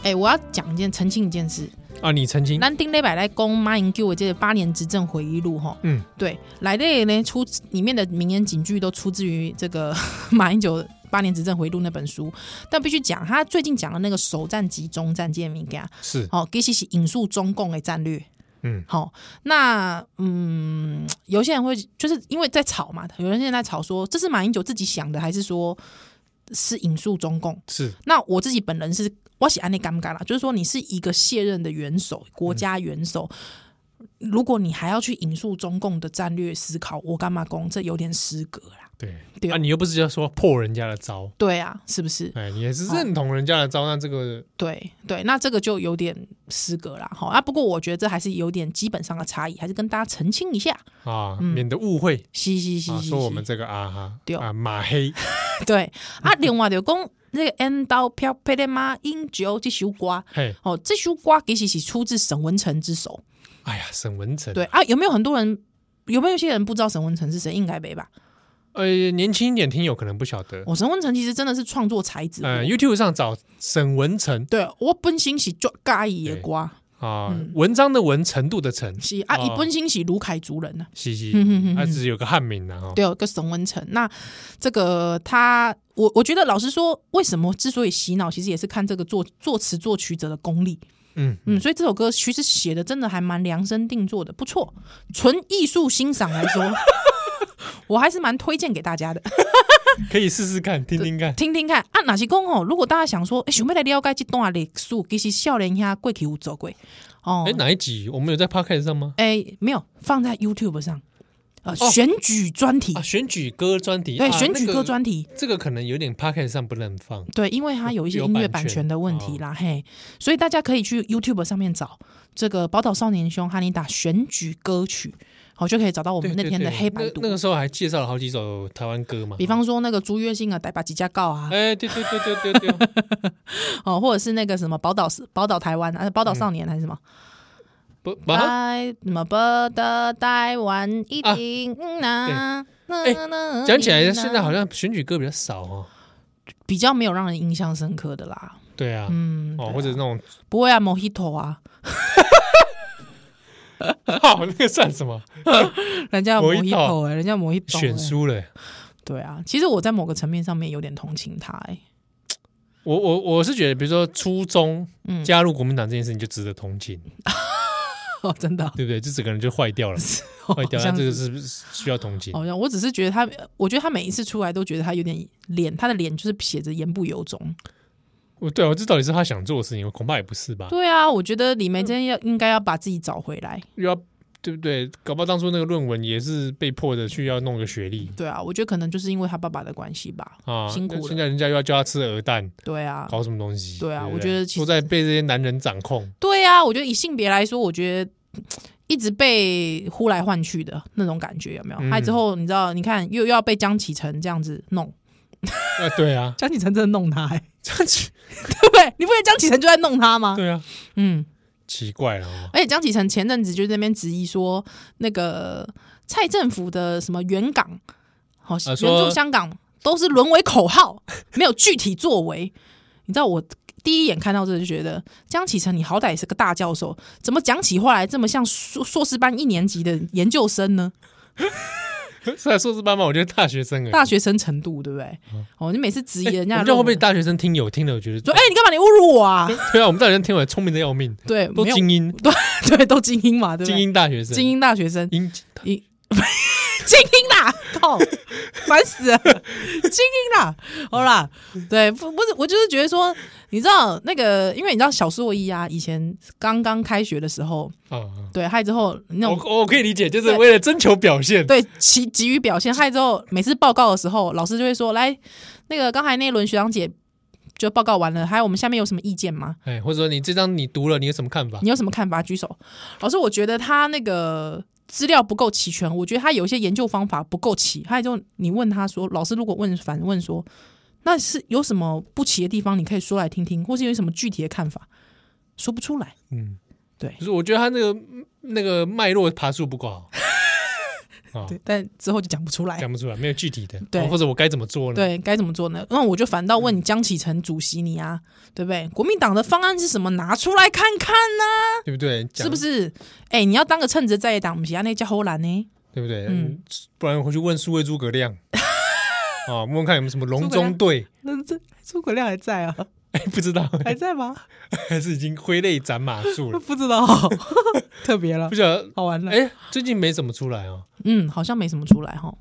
S1: 哎、我要讲一件澄清一件事。
S2: 啊，你曾经
S1: 咱顶礼拜来讲马英九的这个八年执政回忆录哈，
S2: 嗯，
S1: 对，来的呢出里面的名言警句都出自于这个 马英九八年执政回忆录那本书，但必须讲他最近讲的那个首战集中战这个物件，啊
S2: 是
S1: 哦，其实是引述中共的战略，
S2: 嗯
S1: 好、那嗯，有些人会就是因为在吵嘛，有人现在在吵说这是马英九自己想的，还是说是引述中共？
S2: 是
S1: 那我自己本人是我喜安内尴尬啦，就是说你是一个卸任的元首，国家元首，如果你还要去引述中共的战略思考，我干嘛攻？这有点失格啦。
S2: 对
S1: 对
S2: 啊，你又不是要说破人家的招，
S1: 对啊，是不是？
S2: 哎，你也
S1: 哦
S2: 是认同人家的招，那这个
S1: 对对，那这个就有点失格啦。好啊，不过我觉得这还是有点基本上的差异，还是跟大家澄清一下。
S2: 啊，免得误会
S1: 嘻嘻嘻
S2: 啊，
S1: 嘻，
S2: 说我们这个啊哈，
S1: 对哦
S2: 啊马黑，
S1: 对啊，另外就讲那个《N 刀飘飘的妈英九》这首歌，
S2: 嘿，
S1: 哦，这首歌其实是出自沈文成之手。
S2: 哎呀，沈文成，
S1: 对，啊，有没有很多人？有没有一些人不知道沈文成是谁？应该没吧。
S2: 呃，年轻一点听友可能不晓得，
S1: 我、沈文成其实真的是创作才子。
S2: 呃
S1: 我
S2: ，YouTube 上找沈文成
S1: 对我本身是做嘉义的歌，
S2: 啊，文章的文，程度的程，
S1: 嗯是啊，
S2: 哦
S1: 伊本身是卢凯族人呐、啊。
S2: 嘻嘻
S1: 嗯哼哼，哼
S2: 他只是有个汉名然后
S1: 对，有个沈文成。那这个他，我我觉得老实说，为什么之所以洗脑，其实也是看这个作作词作曲者的功力。
S2: 嗯，
S1: 嗯，所以这首歌其实写的真的还蛮量身定做的，不错。纯艺术欣赏来 说，我还是蛮推荐给大家的，
S2: 可以试试看，听听看，
S1: 听听看啊。哪些公哦，如果大家想说，哎、想要来了解这段历史，其实少年兄过去有做过哦
S2: 哎，，哪一集我们有在 Podcast 上吗？
S1: 哎、没有放在 YouTube 上，呃，
S2: 哦
S1: 选举专题，
S2: 啊，选举歌专题，
S1: 对，
S2: 啊
S1: 选举
S2: 那
S1: 歌
S2: 个
S1: 专题。
S2: 这个可能有点 p o c a s t 上不能放，
S1: 对，因为它有一些
S2: 有
S1: 音乐版
S2: 版权哦
S1: 权的问题啦，嘿，所以大家可以去 YouTube 上面找这个《宝岛少年兄》，哈尼打选举歌曲，好就可以找到我
S2: 对
S1: 们那
S2: 对
S1: 天的
S2: 对
S1: 黑白
S2: 那
S1: 读。
S2: 那个时候还介绍了好几首台湾歌嘛，
S1: 比方说那个朱月信啊，逮把几家告啊，
S2: 哎，对对对对对对，
S1: 哦，或者是那个什么宝岛宝岛台湾啊，宝岛
S2: 嗯
S1: 少年还是什么？
S2: 不，把
S1: 台什么宝岛台湾一
S2: 啊
S1: 定啊。
S2: 对
S1: 那
S2: 讲起来，现在好像选举歌比较少哦。
S1: 比较没有让人印象深刻的啦，
S2: 对啊，
S1: 嗯，
S2: 哦，
S1: 对
S2: 或者那种
S1: 不会啊，Mojito 啊，
S2: 好，那个算什么？
S1: 人家有
S2: Mojito
S1: Mojito 哎、人家有 Mojito 欸
S2: 选输了。
S1: 对啊，其实我在某个层面上面有点同情他哎、
S2: 我我我是觉得，比如说初中
S1: 嗯
S2: 加入国民党这件事情就值得同情，
S1: 哦，真的哦、
S2: 对不对？这整个人就坏掉了，坏掉
S1: 好
S2: 了，
S1: 像
S2: 这 个
S1: 是哦
S2: 是不是需要同情？
S1: 好像我只是觉得他，我觉得他每一次出来都觉得他有点脸，他的脸就是写着言不由衷。
S2: 我对啊，我这到底是他想做的事情，恐怕也不是吧？
S1: 对啊，我觉得李梅珍要应该要把自己找回来。
S2: 又要对不对？搞不好当初那个论文也是被迫的去要弄个学历
S1: 对啊，我觉得可能就是因为他爸爸的关系吧。
S2: 啊，
S1: 辛苦
S2: 那
S1: 了
S2: 现在人家又要叫他吃鹅蛋，
S1: 对啊，
S2: 搞什么东西？
S1: 对啊
S2: 不
S1: 我觉得其实
S2: 都在被这些男人掌控。
S1: 对啊，我觉得以性别来说，我觉得。一直被呼来唤去的那种感觉有没有？
S2: 嗯
S1: 还之后你知道，你看又又要被江启程这样子弄，
S2: 啊，对啊，
S1: 江启程真的弄他、欸，
S2: 这样子，
S1: 对 不对？你不觉得江启程就在弄他吗？
S2: 对啊，
S1: 嗯，
S2: 奇怪了哦。
S1: 而且江启臣前阵子就在那边质疑说，那个蔡政府的什么援港，好、
S2: 呃
S1: 援
S2: 说
S1: 助香港都是沦为口号，没有具体作为。你知道我第一眼看到这就觉得，江启臣你好歹也是个大教授，怎么讲起话来这么像硕硕士班一年级的研究生呢？
S2: 虽然硕士班嘛，我觉得大学生而已，
S1: 大学生程度对不对？哦，你每次质疑人
S2: 嗯
S1: 家的
S2: 我们这样
S1: 论
S2: 会
S1: 文，
S2: 被大学生听友听了，我觉得
S1: 说哎、你干嘛你侮辱我啊？
S2: 对啊，我们大学生听完聪明的 要命，
S1: 对，
S2: 都
S1: 没有
S2: 精英，
S1: 对，都精英嘛，对不
S2: 精
S1: 对？
S2: 英大学生，
S1: 精英大学生，
S2: 英
S1: 英 精英啦，靠，烦死了， 精英啦，好啦，对，不不是，我就是觉得说，你知道那个，因为你知道小硕一啊，以前刚刚开学的时候，
S2: 啊啊，
S1: 对，害之后那种
S2: 我我可以理解，就是
S1: 对
S2: 为了征求表现，
S1: 对急急于表现，害之后每次报告的时候，老师就会说，来，那个刚才那一轮学长姐就报告完了，还有我们下面有什么意见吗？
S2: 哎，或者说你这张你读了，你有什么看法？
S1: 你有什么看法？举手。老师，我觉得他那个资料不够齐全，我觉得他有一些研究方法不够齐。还有就你问他说，老师如果问反问说，那是有什么不齐的地方，你可以说来听听，或是有什么具体的看法，说不出来。
S2: 嗯，
S1: 对
S2: 就是我觉得他那个那个脉络爬树不够 好，啊，
S1: 对，但之后就讲不出来。
S2: 讲不出来，没有具体的，
S1: 对
S2: 哦或者我该怎么做呢？
S1: 对，该怎么做呢？那我就反倒问江启臣主席你啊，对不对？国民党的方案是什么？拿出来看看呢、
S2: 对不对？讲
S1: 是不？是？哎、你要当个称职在野党，不是啊？那叫后兰呢？
S2: 对不对？
S1: 嗯
S2: 嗯，不然回去问数 位诸葛亮啊，问问看有没有什么
S1: 诸
S2: 隆
S1: 葛亮
S2: 中对，
S1: 那这诸葛亮还在啊？
S2: 哎，不知道
S1: 还在吗？
S2: 还是已经挥泪斩马谡 了，
S1: 不知道，特别了
S2: 不，晓得。
S1: 好玩了。
S2: 哎，最近没怎么出来哦，
S1: 嗯，好像没什么出来哈。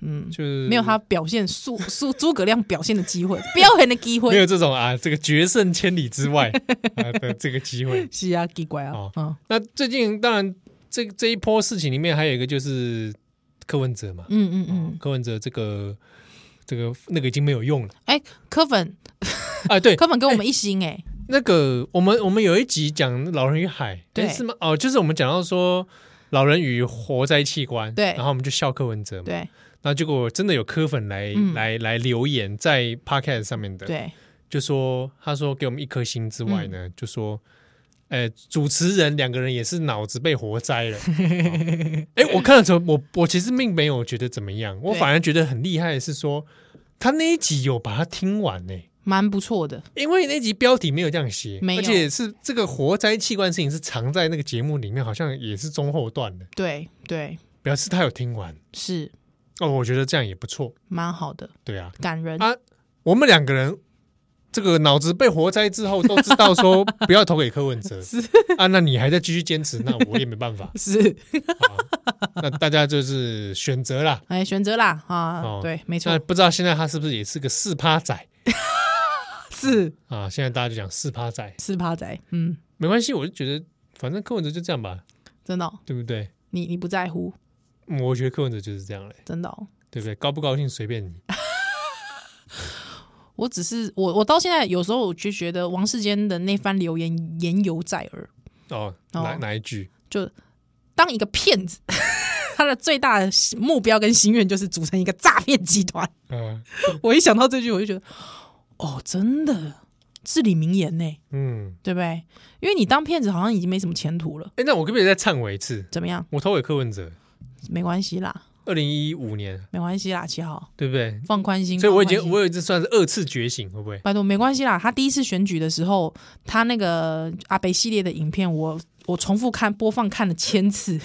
S1: 嗯，
S2: 就是
S1: 没有他表现苏苏诸葛亮表现的机会， 表现的机
S2: 没
S1: 会。
S2: 有这种啊，这个决胜千里之 外啊的这个机会。
S1: 是啊，奇怪啊
S2: 哦，
S1: 嗯
S2: 那最近当然这这一波事情里面还有一个就是柯文哲嘛，
S1: 嗯嗯嗯。
S2: 柯文哲这个这个那个已经没有用了
S1: 哎，柯粉，
S2: 啊。对，
S1: 柯粉跟我们一心哎，
S2: 那个我们我们有一集讲老人与海，
S1: 对
S2: 诶是吗？哦，就是我们讲到说老人与活塞器官，
S1: 对
S2: 然后我们就笑柯文哲嘛，
S1: 对
S2: 那结果真的有柯粉来、
S1: 嗯
S2: 来来留言在 podcast 上面的，
S1: 对，嗯
S2: 就说他说给我们一颗星之外呢，就说，呃，主持人两个人也是脑子被活 摘了。哎、我看了之后，我我其实并没有觉得怎么样，我
S1: 对
S2: 反而觉得很厉害的是说，他那一集有把它听完呢、
S1: 蛮不错的。
S2: 因为那集标题没有这样写，
S1: 没有
S2: 而且是这个活摘器官事情是藏在那个节目里面，好像也是中后段的，
S1: 对对，
S2: 表示他有听完
S1: 是
S2: 哦。我觉得这样也不错，
S1: 蛮好的，
S2: 对啊，
S1: 感人。
S2: 啊，我们两个人这个脑子被活摘之后，都知道说不要投给柯文哲
S1: 是。
S2: 啊，那你还在继续坚持，那我也没办法
S1: 是，
S2: 啊那大家就是选择啦。
S1: 哎，选择啦啊
S2: 哦，
S1: 对，没
S2: 那
S1: 错，
S2: 不知道现在他是不是也是个四趴仔
S1: 是
S2: 啊？现在大家就讲四趴仔，
S1: 是趴仔，嗯，
S2: 没关系，我就觉得反正柯文哲就这样吧，
S1: 真的哦，
S2: 对不对？
S1: 你你不在乎，
S2: 嗯我觉得柯文哲就是这样嘞，
S1: 真的哦。
S2: 对不对？高不高兴随便 你。
S1: 我只是我，我到现在有时候我就觉得王世坚的那番留言言犹在耳。
S2: 哦，
S1: 哦
S2: 哪哪一句？
S1: 就当一个骗子， 他的最大的目标跟心愿就是组成一个诈骗集团。
S2: 嗯
S1: 我一想到这句，我就觉得，哦，真的至理名言呢，
S2: 嗯，
S1: 对不对？因为你当骗子好像已经没什么前途了，
S2: 哎，那我可不可以再忏悔一次？
S1: 怎么样？
S2: 我投给柯文哲，
S1: 没关系啦，
S2: 二零一五年，
S1: 没关系啦，七号
S2: 对不对？
S1: 放宽心。
S2: 所以我已
S1: 放宽
S2: 经
S1: 心
S2: 我有一次算是二次觉醒，会不会？
S1: 拜托，没关系啦。他第一次选举的时候，他那个阿北系列的影片，我我重复看播放看了千次，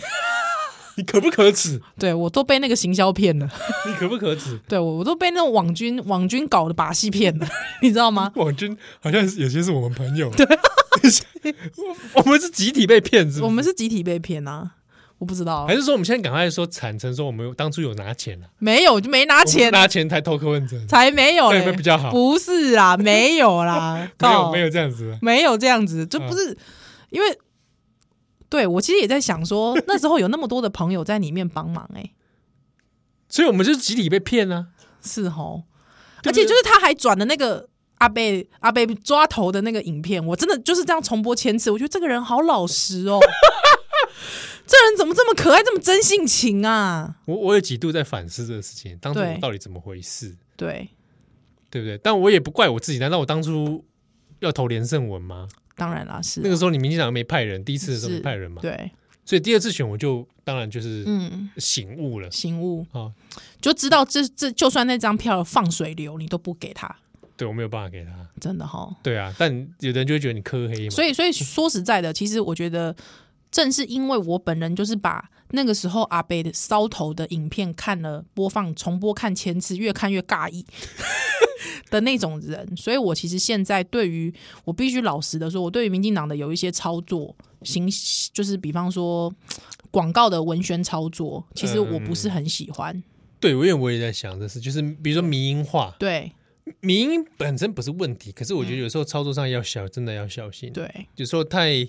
S2: 你可不可耻？
S1: 对我都被那个行销骗了。
S2: 你可不可 耻？
S1: 对我，我都被那种网军网军搞的把戏骗了， 你知道吗？
S2: 网军好像有些是我们朋友， 对，我我们是集体被骗，是
S1: 我
S2: 不是？
S1: 们是集体被骗啊！我不知道
S2: 还，是说我们现在赶快说坦诚说我们有当初有拿钱了、啊，
S1: 没有就没拿
S2: 我
S1: 钱
S2: 们，拿钱欸才偷柯文哲，
S1: 才没有
S2: 对，
S1: 嘞
S2: 会，比较好，
S1: 不是 啦，没有啦，
S2: 没
S1: 靠
S2: 有没有嗯这样子，啊
S1: 没有这样子，就不是、因为。对，我其实也在想说，那时候有那么多的朋友在里面帮忙、哎，
S2: 所以我们就是集体被骗啊。
S1: 是吼，而
S2: 对不对
S1: 且就是他还转了那个阿贝阿贝抓头的那个影片，我真的就是这样重播千次，我觉得这个人好老实 哦，这人怎么这么可爱，这么真性情啊？
S2: 我我有几度在反思这个事情，当初
S1: 对
S2: 我到底怎么回事，
S1: 对，
S2: 对不对？但我也不怪我自己，难道我当初要投连胜文吗？
S1: 当然啦，是啊
S2: 那个时候你民进党没派人，第一次的时候没
S1: 是
S2: 派人嘛，
S1: 对，
S2: 所以第二次选我就当然就是
S1: 嗯，
S2: 醒悟了。
S1: 醒悟
S2: 哦，
S1: 就知道这这就算那张票放水流，你都不给他，
S2: 对我没有办法给他。
S1: 真的哈。
S2: 对啊，但有的人就会觉得你科黑嘛，
S1: 所以，所以说实在的，其实我觉得，正是因为我本人就是把那个时候阿北的搔头的影片看了播放重播看千次，越看越尬 意的那种人，所以我其实现在对于我必须老实的说，我对于民进党的有一些操作行，就是比方说广告的文宣操作，其实我
S2: 嗯
S1: 不是很喜欢。
S2: 对，我因为我也在想这事，就是比如说迷音化，
S1: 对
S2: 迷音本身不是问题，可是我觉得有时候操作上要小，真的要小心。，
S1: 嗯对，
S2: 有时候太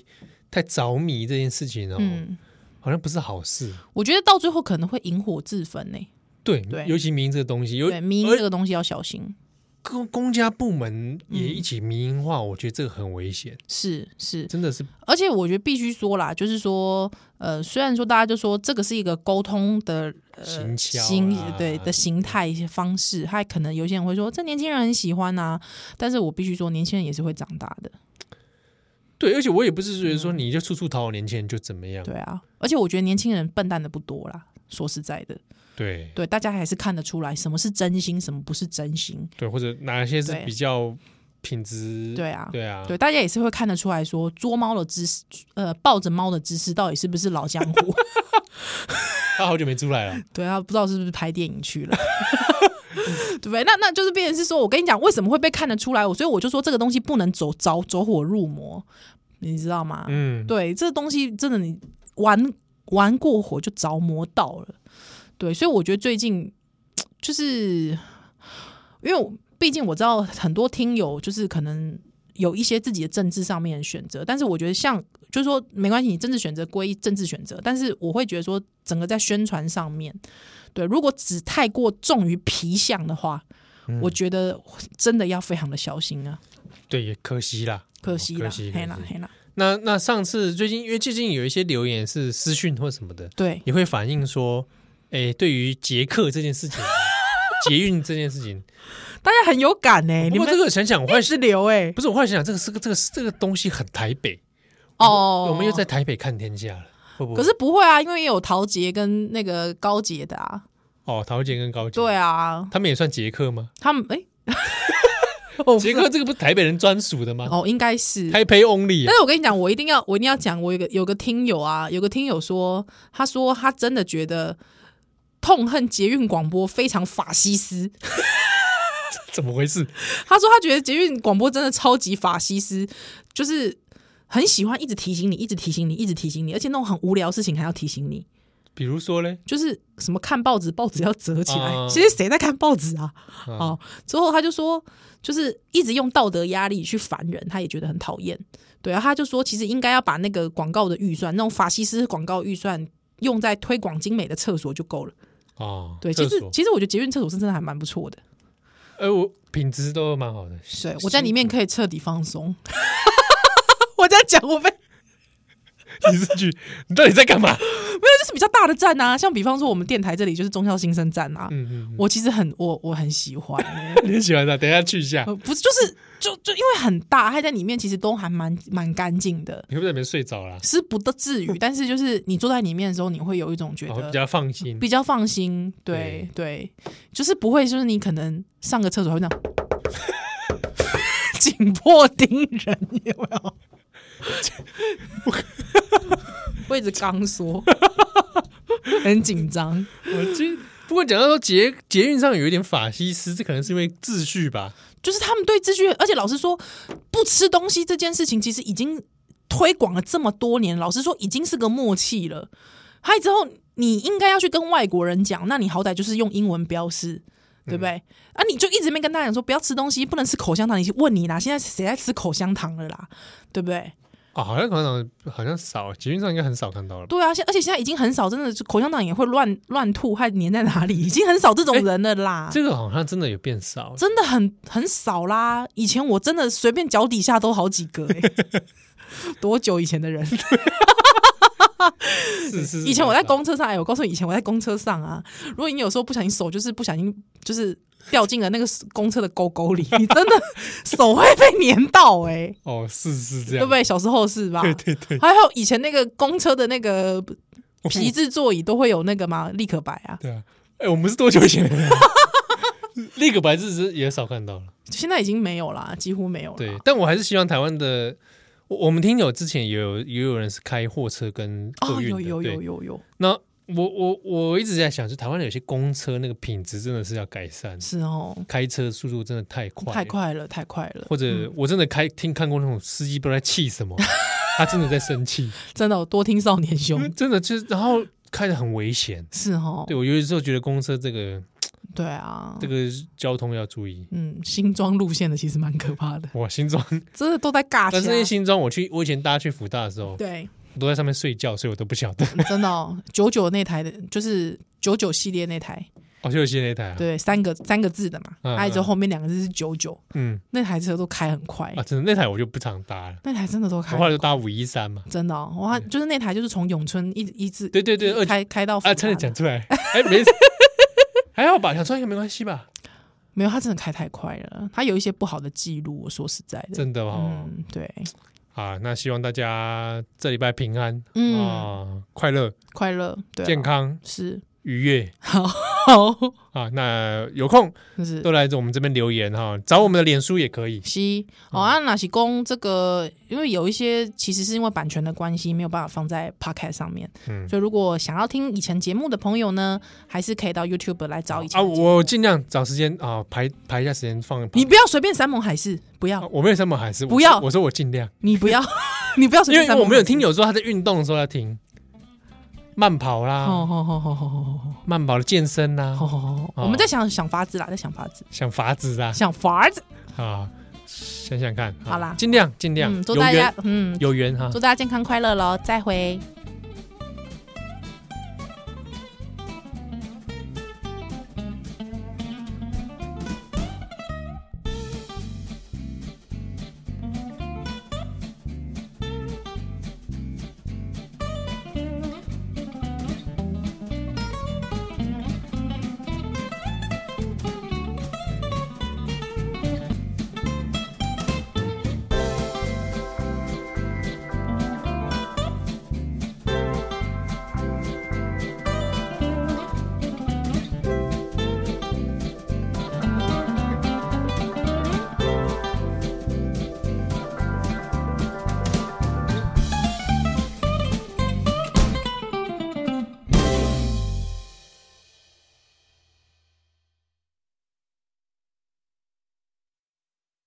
S2: 太着迷这件事情哦，
S1: 嗯，
S2: 好像不是好事。
S1: 我觉得到最后可能会引火自焚呢、
S2: 对，
S1: 对
S2: 尤其迷音这个东西，有
S1: 对，民
S2: 而
S1: 这个东西要小心。
S2: 公公家部门
S1: 嗯
S2: 也一起迷音化，我觉得这个很危险，
S1: 是是，
S2: 真的是
S1: 而且我觉得必须说啦，就是说，呃，虽然说大家就说这个是一个沟通的
S2: 行销啦
S1: 形对的形态一些方式，还可能有些人会说这年轻人很喜欢啊，但是我必须说，年轻人也是会长大的，
S2: 对，而且我也不是觉得说你就处处讨好年轻人就怎么样，
S1: 嗯对啊，而且我觉得年轻人笨蛋的不多啦。说实在的，
S2: 对
S1: 对大家还是看得出来什么是真心，什么不是真心。
S2: 对，或者哪些是
S1: 对
S2: 比较品质，
S1: 对啊，
S2: 对啊，
S1: 对，大家也是会看得出来说，捉猫的姿势，呃，抱着猫的姿势到底是不是老江湖？
S2: 他好久没出来了。
S1: 对啊，不知道是不是拍电影去了。 对不对？那那就是变成是说，我跟你讲，为什么会被看得出来？我所以我就说这个东西不能走着走火入魔，你知道吗？
S2: 嗯，
S1: 啊对，这东西真的你玩玩过火就着魔到了。对，所以我觉得最近就是因为我毕竟我知道很多听友就是可能有一些自己的政治上面的选择，但是我觉得像就是说没关系，你政治选择归政治选择，但是我会觉得说整个在宣传上面，对，如果只太过重于皮相的话，
S2: 嗯
S1: 我觉得真的要非常的小心啊，
S2: 对，也可惜啦，
S1: 可惜啦，
S2: 哦可惜，
S1: 黑啦
S2: 可惜
S1: 黑啦，
S2: 那那上次最近，因为最近有一些留言是私讯或什么的，
S1: 对，
S2: 也会反映说，哎，对于捷克这件 事情，捷运这件事情，
S1: 大家很有感呢、欸
S2: 不
S1: 你
S2: 过
S1: 们
S2: 这个想想，我忽然
S1: 是流哎、
S2: 不是我忽然想想，这个是个这个这个东西很台北
S1: 哦，
S2: 我们又在台北看天下了，会不会？
S1: 可是不会啊，因为也有陶杰跟那个高杰的啊。
S2: 哦，桃姐跟高姐，
S1: 对，啊，
S2: 他们也算捷克吗？
S1: 他们 哎，哦
S2: 捷克这个不是台北人专属的吗？
S1: 哦，应该是。
S2: 台北 only，啊
S1: 但是我跟你讲，我一定要，我一定要讲，我有个有个听友啊，有个听友说，他说他真的觉得痛恨捷运广播非常法西斯。
S2: 怎么回事？
S1: 他说他觉得捷运广播真的超级法西斯，就是很喜欢一直提醒你，一直提醒你，一直提醒你，而且那种很无聊的事情还要提醒你。
S2: 比如说嘞，
S1: 就是什么看报纸，报纸要折起来。
S2: 嗯
S1: 其实谁在看报纸啊？
S2: 嗯
S1: 哦，之后他就说，就是一直用道德压力去烦人，他也觉得很讨厌。对啊，他就说，其实应该要把那个广告的预算，那种法西斯广告预算。用在推广精美的厕所就够了。
S2: 哦，
S1: 对，其
S2: 厕
S1: 实
S2: 所，
S1: 其实我觉得捷运厕所是真的还蛮不错的。
S2: 哎，我品质都蛮好的，
S1: 对，我在里面可以彻底放松。 我在讲我被
S2: 你是去，你到底在干嘛？
S1: 没有，就是比较大的站啊，像比方说我们电台这里就是中校新生站啊，
S2: 嗯嗯，
S1: 我其实很我我很喜欢、 欸
S2: 你很喜欢他，等一下去一下，
S1: 呃，不是，就是就就因为很大，还在里面，其实都还蛮蛮干净的，
S2: 你会不会在里面睡着啦？
S1: 是不得至 于，但是就是你坐在里面的时候，你会有一种觉
S2: 然后
S1: 得
S2: 哦比较放心
S1: 比较放心，对对，就是不会，就是你可能上个厕所会这样 紧迫盯人，有没 有？ 位置刚 说，很紧张，
S2: 我今不过讲到说捷捷运上有一点法西斯，这可能是因为秩序吧。
S1: 就是他们对秩序，而且老实说，不吃东西这件事情其实已经推广了这么多年，老实说已经是个默契了。还有之后，你应该要去跟外国人讲，那你好歹就是用英文标示。对不对？啊，你就一直没跟大家讲说不要吃东西，不能吃口香糖。你问你啦，现在谁在吃口香糖了啦？对不对？
S2: 啊、好像广场好像少，捷运上应该很少看到了。
S1: 对啊，现而且现在已经很少，真的是口香糖也会乱乱吐，还粘在哪里，已经很少这种人了啦。
S2: 这个好像真的有变少，
S1: 真的很很少啦。以前我真的随便脚底下都好几个、 欸，多久以前的人？
S2: 是是是
S1: 以前我在
S2: 变少
S1: 公车上，哎、我告诉你，以前我在公车上啊，如果你有时候不小心手就是不小心就是掉进了那个公车的沟沟 里，你真的手会被粘到、欸，
S2: 哦，是是这
S1: 哎，
S2: 样，
S1: 对不对？小时候是吧？
S2: 对？对对
S1: 还有以前那个公车的那个
S2: 哦
S1: 皮质座椅都会有那个嘛立可白啊，
S2: 对啊！哎、我们是多久以前的人？ 那个白字是也少看到了。
S1: 现在已经没有啦，几乎没有了。
S2: 对，但我还是希望台湾的，我我们听友之前也有也有人是开货车跟
S1: 哦，
S2: 客运的，
S1: 有有
S2: 对
S1: 有有有，
S2: 那我我我一直在想，就台湾有些公车那个品质真的是要改善，
S1: 是哦，
S2: 开车速度真的太快，
S1: 太，快嗯了，太快了。
S2: 或者我真的开听看过那种司机不知道在气什 么，他真的在生气，
S1: 真的，我多听少年
S2: 因为
S1: 兄
S2: 真的就是然后开的很危险。
S1: 是哦，
S2: 嗯对我有的时候觉得公车这个
S1: 对啊，
S2: 这个交通要注意。
S1: 嗯，新庄路线的其实蛮可怕的，
S2: 哇，新庄，
S1: 真的都在尬
S2: 但是那些
S1: 掐。
S2: 新庄，我去我以前搭去福大的时候，
S1: 对，
S2: 我都在上面睡觉，所以我都不晓得。
S1: 真的哦， 九九那台的，就是九九系列那台，
S2: 哦，就有些那台啊，
S1: 对，三个三个字的嘛，
S2: 嗯
S1: 挨着后面两个字是九九，
S2: 嗯
S1: 那台车都开很快
S2: 啊，，真的那台我就不常搭了，
S1: 那台真的都
S2: 我
S1: 开
S2: 后，来就搭五一三嘛。
S1: 真的哦，哇，就是那台就是从永春一直一直
S2: 嗯对对对，二
S1: 开开到福
S2: 啊，
S1: 大
S2: 差点讲出来，哎，没事，还好吧，想穿一个没关 系吧，
S1: 没有，他真的开太快了，他有一些不好的记录，我说实在的，
S2: 真的哦。
S1: 嗯，对，
S2: 啊，那希望大家这礼拜平安，
S1: 嗯
S2: 啊，快乐、
S1: 快乐，对啊，
S2: 健康、
S1: 是
S2: 愉悦，
S1: 好，好，
S2: 啊。那有空
S1: 就是
S2: 都来我们这边留言哈，找我们的脸书也可以。
S1: 西哦，
S2: 嗯
S1: 啊，哪些公这个，因为有一些其实是因为版权的关系，没有办法放在 Podcast 上面。
S2: 嗯
S1: 所以如果想要听以前节目的朋友呢，还是可以到 YouTube 来找以前
S2: 啊，
S1: 的节目。
S2: 我尽量找时间啊，排排一下时间放。
S1: 你不要随便山盟海誓，不要，
S2: 啊我没有什么海事，我
S1: 不要
S2: 我说我尽量，
S1: 你 不要，你不要随
S2: 因
S1: 便
S2: 为
S1: 山
S2: 我
S1: 盟海誓。
S2: 们有听友说他在运动的时候要听慢跑啦，
S1: 哦，好好好好好好
S2: 慢跑的健身啦，
S1: 好好好，我们在想想法子啦，在想法子，
S2: 想法子哦啊
S1: 想法子。
S2: 啊，想想看，啊
S1: 好啦
S2: 尽量尽量
S1: 嗯，，祝
S2: 有
S1: 大
S2: 缘
S1: 家嗯，
S2: 有缘哈
S1: 祝。大家健康快乐喽，再会。